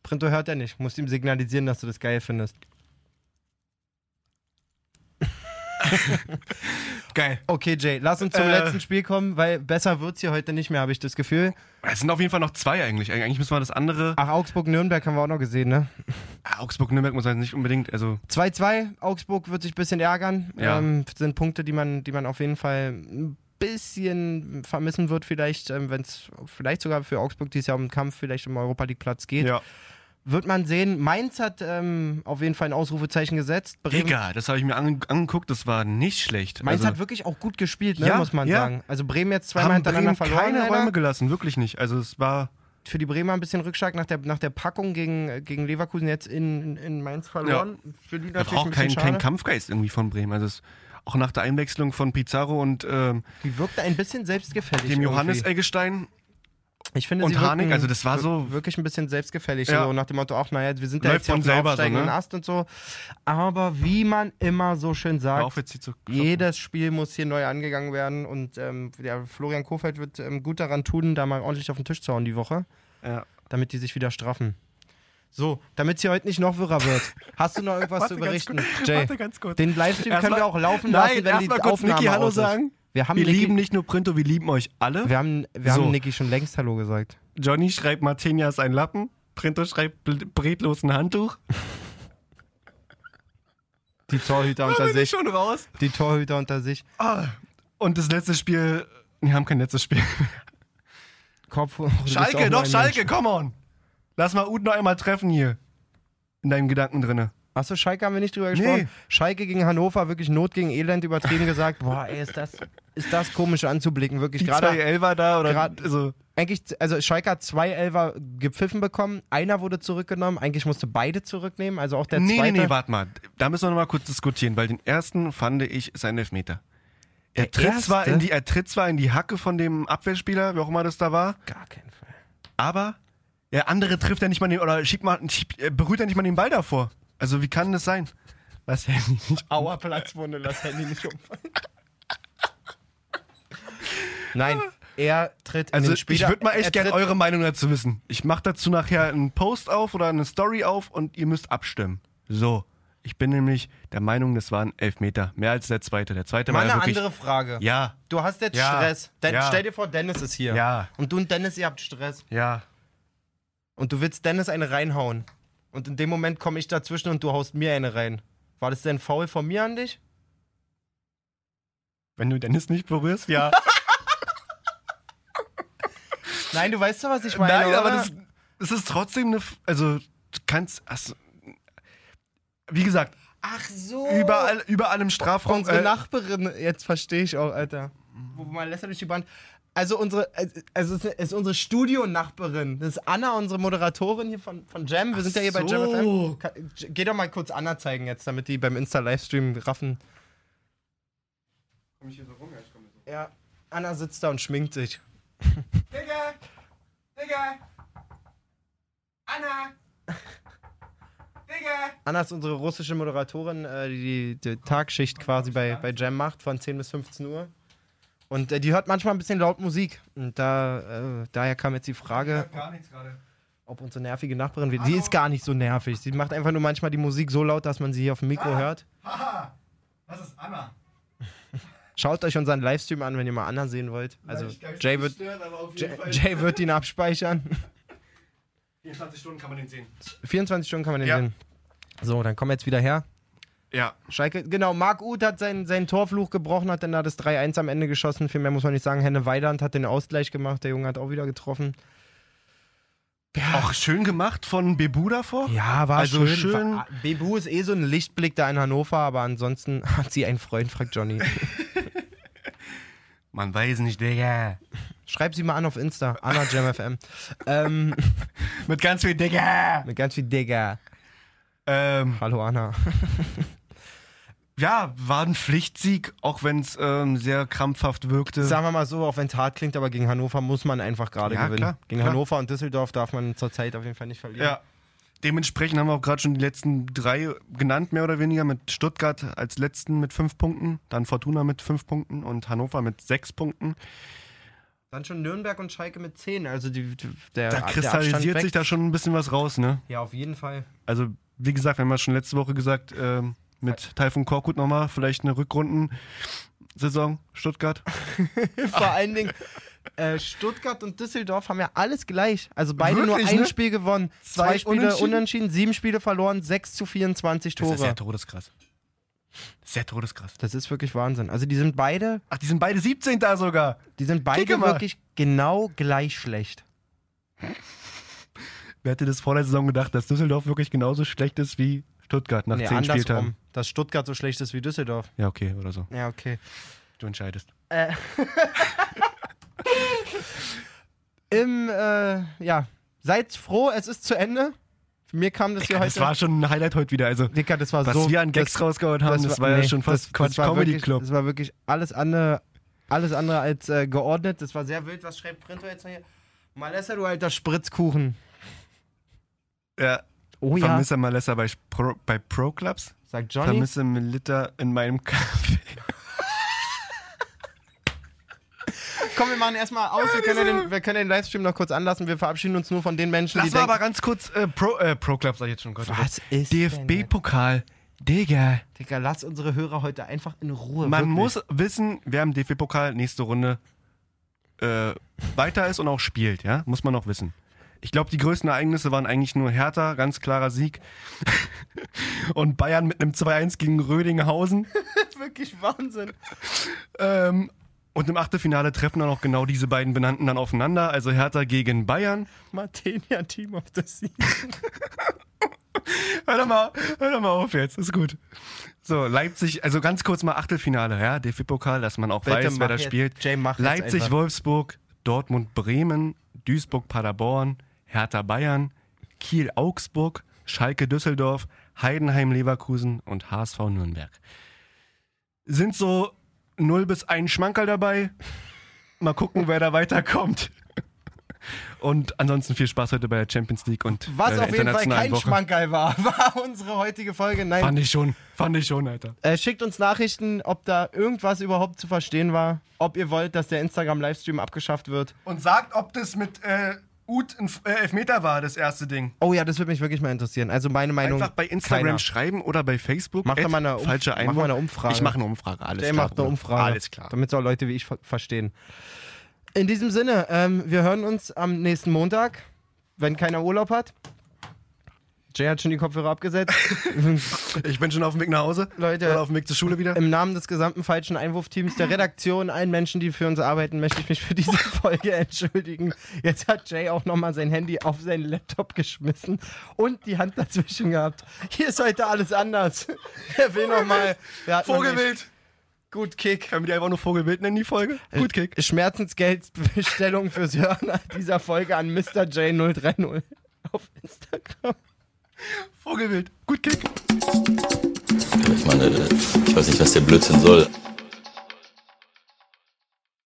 B: Printo hört er nicht, musst ihm signalisieren, dass du das geil findest.
C: Geil.
B: Okay, Jay, lass uns zum
C: Äh.
B: letzten Spiel kommen, weil besser wird's hier heute nicht mehr, habe ich das Gefühl.
C: Es sind auf jeden Fall noch zwei eigentlich. Eigentlich müssen wir das andere.
B: Ach, Augsburg-Nürnberg haben wir auch noch gesehen, ne?
C: Ah, Augsburg-Nürnberg muss man nicht unbedingt. Also
B: 2-2, Augsburg wird sich ein bisschen ärgern.
C: Ja.
B: Ähm, sind Punkte, die man, die man auf jeden Fall ein bisschen vermissen wird, vielleicht, ähm, wenn es vielleicht sogar für Augsburg dieses Jahr um den Kampf vielleicht um Europa League Platz geht.
C: ja.
B: Wird man sehen. Mainz hat ähm, auf jeden Fall ein Ausrufezeichen gesetzt. Bremen,
C: Digga, das habe ich mir ange angeguckt, das war nicht schlecht.
B: Mainz
C: also,
B: hat wirklich auch gut gespielt, ne,
C: Ja,
B: muss man
C: ja.
B: sagen. Also Bremen jetzt zweimal
C: haben
B: hintereinander
C: Bremen
B: verloren.
C: keine
B: leider.
C: Räume gelassen, wirklich nicht. Also es war.
B: für die Bremer ein bisschen Rückschlag nach der, nach der Packung gegen, äh, gegen Leverkusen jetzt in, in- in Mainz verloren. Für die
C: Da
B: natürlich
C: war auch
B: ein bisschen
C: kein,
B: schade.
C: kein Kampfgeist irgendwie von Bremen. Also es, auch nach der Einwechslung von Pizarro und ähm,
B: die wirkte ein bisschen selbstgefällig.
C: dem Johannes
B: irgendwie.
C: Eggestein.
B: Ich finde,
C: Und
B: sie
C: Harnik,
B: wirken
C: also das war
B: wir-
C: so-
B: wirklich ein bisschen selbstgefällig,
C: Ja.
B: so nach dem Motto, ach naja, wir sind da
C: Läuft
B: jetzt hier
C: von
B: auf dem
C: selber so,
B: aufsteigenden
C: ne?
B: Ast und so. Aber wie man immer so schön
C: Hör
B: sagt,
C: auf, jetzt die zu klopfen.
B: jedes Spiel muss hier neu angegangen werden und ähm, der Florian Kofeld wird ähm, gut daran tun, da mal ordentlich auf den Tisch zu hauen die Woche,
C: Ja.
B: damit die sich wieder straffen. So, damit es hier heute nicht noch wirrer wird. Hast du noch irgendwas zu berichten, Jay?
C: ganz kurz.
B: Den Livestream können
C: Erstmal-
B: wir auch laufen lassen,
C: Nein,
B: wenn die
C: erstmal kurz
B: Aufnahme
C: Niki
B: aus
C: Hallo
B: ist.
C: sagen.
B: Wir haben
C: Wir
B: Niki,
C: lieben nicht nur Printo, wir lieben euch alle.
B: wir haben, wir
C: So.
B: haben Niki schon längst Hallo gesagt.
C: Johnny schreibt Martenia ist ein Lappen. Printo schreibt bl- bretlos ein Handtuch.
B: Die Torhüter
C: Da
B: unter
C: bin
B: sich.
C: ich schon raus.
B: Die Torhüter unter sich.
C: Ah. Und das letzte Spiel. Wir haben kein letztes Spiel.
B: Kopf hoch, du bist auch nur
C: Schalke, doch
B: ein
C: Schalke,
B: Mensch.
C: come on. Lass mal Ud noch einmal treffen hier. In deinem Gedanken drinne.
B: Achso, Schalke haben wir nicht drüber gesprochen.
C: Nee.
B: Schalke gegen Hannover, wirklich Not gegen Elend übertrieben gesagt. Boah, ey, ist das, ist das komisch anzublicken, wirklich.
C: Die zwei
B: Gerade,
C: Elfer da oder
B: grad-
C: also,
B: eigentlich, also Schalke hat zwei Elfer gepfiffen bekommen. Einer wurde zurückgenommen. Eigentlich musste beide zurücknehmen. Also auch der
C: Nee, nee,
B: zweite.
C: nee, warte mal. Da müssen wir noch mal kurz diskutieren, weil den ersten fand ich ist ein Elfmeter. Er
B: Der
C: tritt, zwar
B: erste?
C: in die, er tritt zwar in die Hacke von dem Abwehrspieler, wie auch immer das da war,
B: Gar keinen Fall.
C: aber der andere trifft ja nicht mal den, oder schiebt mal, schiebt, äh, berührt ja nicht mal den Ball davor. Also wie kann das sein? Was ja nicht.
B: Aua, Platzwunde, lass Handy nicht umfallen. Nein, er tritt in
C: Also
B: den Spieler.
C: ich würde mal
B: er
C: echt gerne
B: tritt-
C: eure Meinung dazu wissen. Ich mache dazu nachher einen Post auf oder eine Story auf und ihr müsst abstimmen. So. Ich bin nämlich der Meinung, das waren Elfmeter. Mehr als der zweite. Der zweite
B: Mal
C: war ja
B: eine
C: wirklich.
B: andere Frage.
C: Ja.
B: Du hast jetzt
C: Ja.
B: Stress. Den,
C: Ja.
B: Stell dir vor, Dennis ist hier.
C: Ja.
B: Und du und Dennis, ihr habt Stress.
C: Ja.
B: Und du willst Dennis eine reinhauen. Und in dem Moment komme ich dazwischen und du haust mir eine rein. War das denn faul von mir an dich?
C: Wenn du Dennis nicht berührst, ja.
B: Nein, du weißt doch, was ich meine.
C: Nein, aber
B: oder?
C: das, das ist trotzdem eine. F- Also, du kannst. Also, wie gesagt,
B: Ach so.
C: überall, überall im Strafraum.
B: Unsere
C: äh,
B: Nachbarin, jetzt verstehe ich auch, Alter. Wo man lässt er durch die Band. Also unsere, also es ist unsere Studio-Nachbarin. Das ist Anna, unsere Moderatorin hier von, von Jam. Wir sind ja hier bei Jam
C: so.
B: FM. Ka- J- Geh doch mal kurz Anna zeigen jetzt, damit die beim Insta-Livestream raffen. Ja, Anna sitzt da und schminkt sich.
D: Digga! Digga! Anna! Digga!
B: Anna ist unsere russische Moderatorin, äh, die, die die Tagschicht quasi bei, bei Jam macht, von 10 bis 15 Uhr. Und äh, die hört manchmal ein bisschen laut Musik. Und da, äh, daher kam jetzt die Frage,
D: Gar nichts gerade.
B: ob unsere nervige Nachbarin wird. Sie ist gar nicht so nervig. Sie macht einfach nur manchmal
C: Ah.
B: die Musik so laut, dass man sie hier auf dem Mikro hört.
D: Das ist Anna.
B: Schaut euch unseren Livestream an, wenn ihr mal Anna sehen wollt. Also
C: ich geistig
B: Jay wird,
C: gestört, aber auf jeden
B: Jay,
C: Fall.
B: Jay wird ihn abspeichern.
C: 24 Stunden kann man den sehen.
B: 24 Stunden kann man den
C: Ja.
B: sehen. So, dann komm jetzt wieder her.
C: Ja.
B: Schalke, genau, Marc Uth hat seinen, seinen Torfluch gebrochen, hat dann da das 3-1 am Ende geschossen. Viel mehr muss man nicht sagen. Henne Weidand hat den Ausgleich gemacht, der Junge hat auch wieder getroffen.
C: äh, Auch schön gemacht von Bebu davor.
B: Ja, war
C: Also
B: schön.
C: schön-
B: War, Bebu ist eh so ein Lichtblick da in Hannover, aber ansonsten hat sie einen Freund, fragt Johnny.
C: Man weiß nicht, Digga.
B: Schreib sie mal an auf Insta, Anna JamFM. ähm,
C: Mit ganz viel Digga.
B: mit ganz viel Digger.
C: Ähm,
B: Hallo Anna.
C: ja, war ein Pflichtsieg, auch wenn es ähm, sehr krampfhaft wirkte.
B: Sagen wir mal so, auch wenn es hart klingt, aber gegen Hannover muss man einfach gerade
C: Ja,
B: gewinnen.
C: klar,
B: gegen
C: klar.
B: Hannover und Düsseldorf darf man zurzeit auf jeden Fall nicht verlieren.
C: ja. Dementsprechend haben wir auch gerade schon die letzten drei genannt, mehr oder weniger, mit Stuttgart als letzten mit fünf Punkten, dann Fortuna mit fünf Punkten und Hannover mit sechs Punkten.
B: Dann schon Nürnberg und Schalke mit 10. Also die, die- der,
C: Da
B: der Abstand
C: kristallisiert
B: wächst.
C: sich da schon ein bisschen was raus, ne?
B: Ja, auf jeden Fall.
C: also wie gesagt, wir haben ja schon letzte Woche gesagt, ähm, mit Taifun Korkut nochmal, vielleicht eine Rückrunden-Saison, Stuttgart.
B: Vor allen Dingen, äh, Stuttgart und Düsseldorf haben ja alles gleich. Also beide nur
C: Wirklich,
B: ein
C: ne?
B: Spiel gewonnen, zwei,
C: Zwei
B: Spiele unentschieden?
C: unentschieden?
B: sieben Spiele verloren, 6 zu 24 Tore. Das ist,
C: todeskrass. Sehr todeskrass.
B: wirklich Wahnsinn. Also die sind beide,
C: Ach, die sind beide 17 da sogar.
B: die sind beide
C: Kicke mal.
B: wirklich genau gleich schlecht.
C: Wer hätte das vor der Saison gedacht, dass Düsseldorf wirklich genauso schlecht ist wie Stuttgart nach
B: nee,
C: 10
B: andersrum.
C: Spieltagen?
B: Dass Stuttgart so schlecht ist wie Düsseldorf.
C: Ja, okay, oder so.
B: Ja, okay.
C: Du entscheidest.
B: Im, äh, ja, seid froh, es ist zu Ende. Mir kam das hier heute.
C: Das war schon ein Highlight heute wieder. Also,
B: Dicker, das war
C: was
B: so.
C: wir an Gags
B: das-
C: rausgehauen haben, das, war ja
B: nee,
C: schon fast
B: das-
C: Quatsch
B: das war
C: Comedy
B: wirklich,
C: Club.
B: Das war wirklich alles andere, alles andere als äh, geordnet. Das war sehr wild. Was schreibt Printo jetzt hier? Malessa, du alter Spritzkuchen.
C: Ja.
B: Oh ja,
C: Vermisse Malessa bei Pro, bei Pro Clubs.
B: sagt Johnny.
C: Vermisse Melitta in meinem Kaffee.
B: Komm, wir machen erstmal aus. wir, können ja den, wir können den Livestream noch kurz anlassen. Wir verabschieden uns nur von den Menschen,
C: Lass
B: die
C: mal
B: denken.
C: aber ganz kurz äh, Pro, äh, Pro Club, sag ich jetzt schon. Gott,
B: Was ist denn jetzt?
C: DFB-Pokal. Digga.
B: Digga, lass unsere Hörer heute einfach in Ruhe.
C: Man
B: wirklich.
C: muss wissen, wer im DFB-Pokal nächste Runde äh, weiter ist und auch spielt, ja? Muss man auch wissen. Ich glaube, die größten Ereignisse waren eigentlich nur Hertha, ganz klarer Sieg. und Bayern mit einem 2-1 gegen Rödinghausen.
B: wirklich Wahnsinn.
C: Ähm, und im Achtelfinale treffen dann auch genau diese beiden benannten dann aufeinander. Also Hertha gegen Bayern.
B: Martenia Team of the Sea.
C: Hör doch mal, hör doch mal auf jetzt, ist gut. So, Leipzig, also ganz kurz mal Achtelfinale, ja, DFB-Pokal, dass man auch
B: Bitte
C: weiß,
B: mach
C: wer da
B: jetzt.
C: spielt.
B: Jay, mach jetzt
C: Leipzig,
B: einfach.
C: Wolfsburg, Dortmund, Bremen, Duisburg, Paderborn, Hertha, Bayern, Kiel, Augsburg, Schalke, Düsseldorf, Heidenheim, Leverkusen und HSV, Nürnberg. Sind so 0 bis 1 Schmankerl dabei. Mal gucken, wer da weiterkommt. Und ansonsten viel Spaß heute bei der Champions League und
B: Was
C: äh, der
B: auf jeden Fall
C: internationalen
B: kein
C: Woche.
B: Schmankerl war, war unsere heutige Folge. Nein,
C: Fand ich schon, fand ich schon, Alter.
B: Äh, schickt uns Nachrichten, ob da irgendwas überhaupt zu verstehen war. Ob ihr wollt, dass der Instagram-Livestream abgeschafft wird.
C: Und sagt, ob das mit äh, Ut ein F- äh, Elfmeter war, das erste Ding.
B: Oh ja, das würde mich wirklich mal interessieren. Also meine Meinung.
C: Einfach bei Instagram
B: keiner.
C: schreiben oder bei Facebook.
B: Mach doch
C: Ed,
B: mal eine Umf-
C: falsche
B: mach
C: Einwurf.
B: mal eine Umfrage.
C: Ich mache eine Umfrage, alles
B: Der
C: klar.
B: macht eine
C: Bruder.
B: Umfrage.
C: ne? Alles klar.
B: Damit es auch Leute wie ich ver verstehen. In diesem Sinne, ähm, wir hören uns am nächsten Montag, wenn keiner Urlaub hat. Jay hat schon die Kopfhörer abgesetzt.
C: Ich bin schon auf dem Weg nach Hause.
B: Leute.
C: Oder auf dem Weg zur Schule wieder.
B: Im Namen des gesamten falschen Einwurfteams, der Redaktion, allen Menschen, die für uns arbeiten, möchte ich mich für diese Folge entschuldigen. Jetzt hat Jay auch nochmal sein Handy auf seinen Laptop geschmissen und die Hand dazwischen gehabt. Hier ist heute alles anders. Wer will nochmal?
C: Vogelwild.
B: Gut Kick.
C: Können wir die einfach nur Vogelwild nennen, die Folge? Gut, Kick.
B: Schmerzensgeldbestellung fürs Hören dieser Folge an Mr. J030 auf Instagram.
C: Vogelwild. Gut, Kick.
E: Ich meine, ich weiß nicht, was der Blödsinn soll.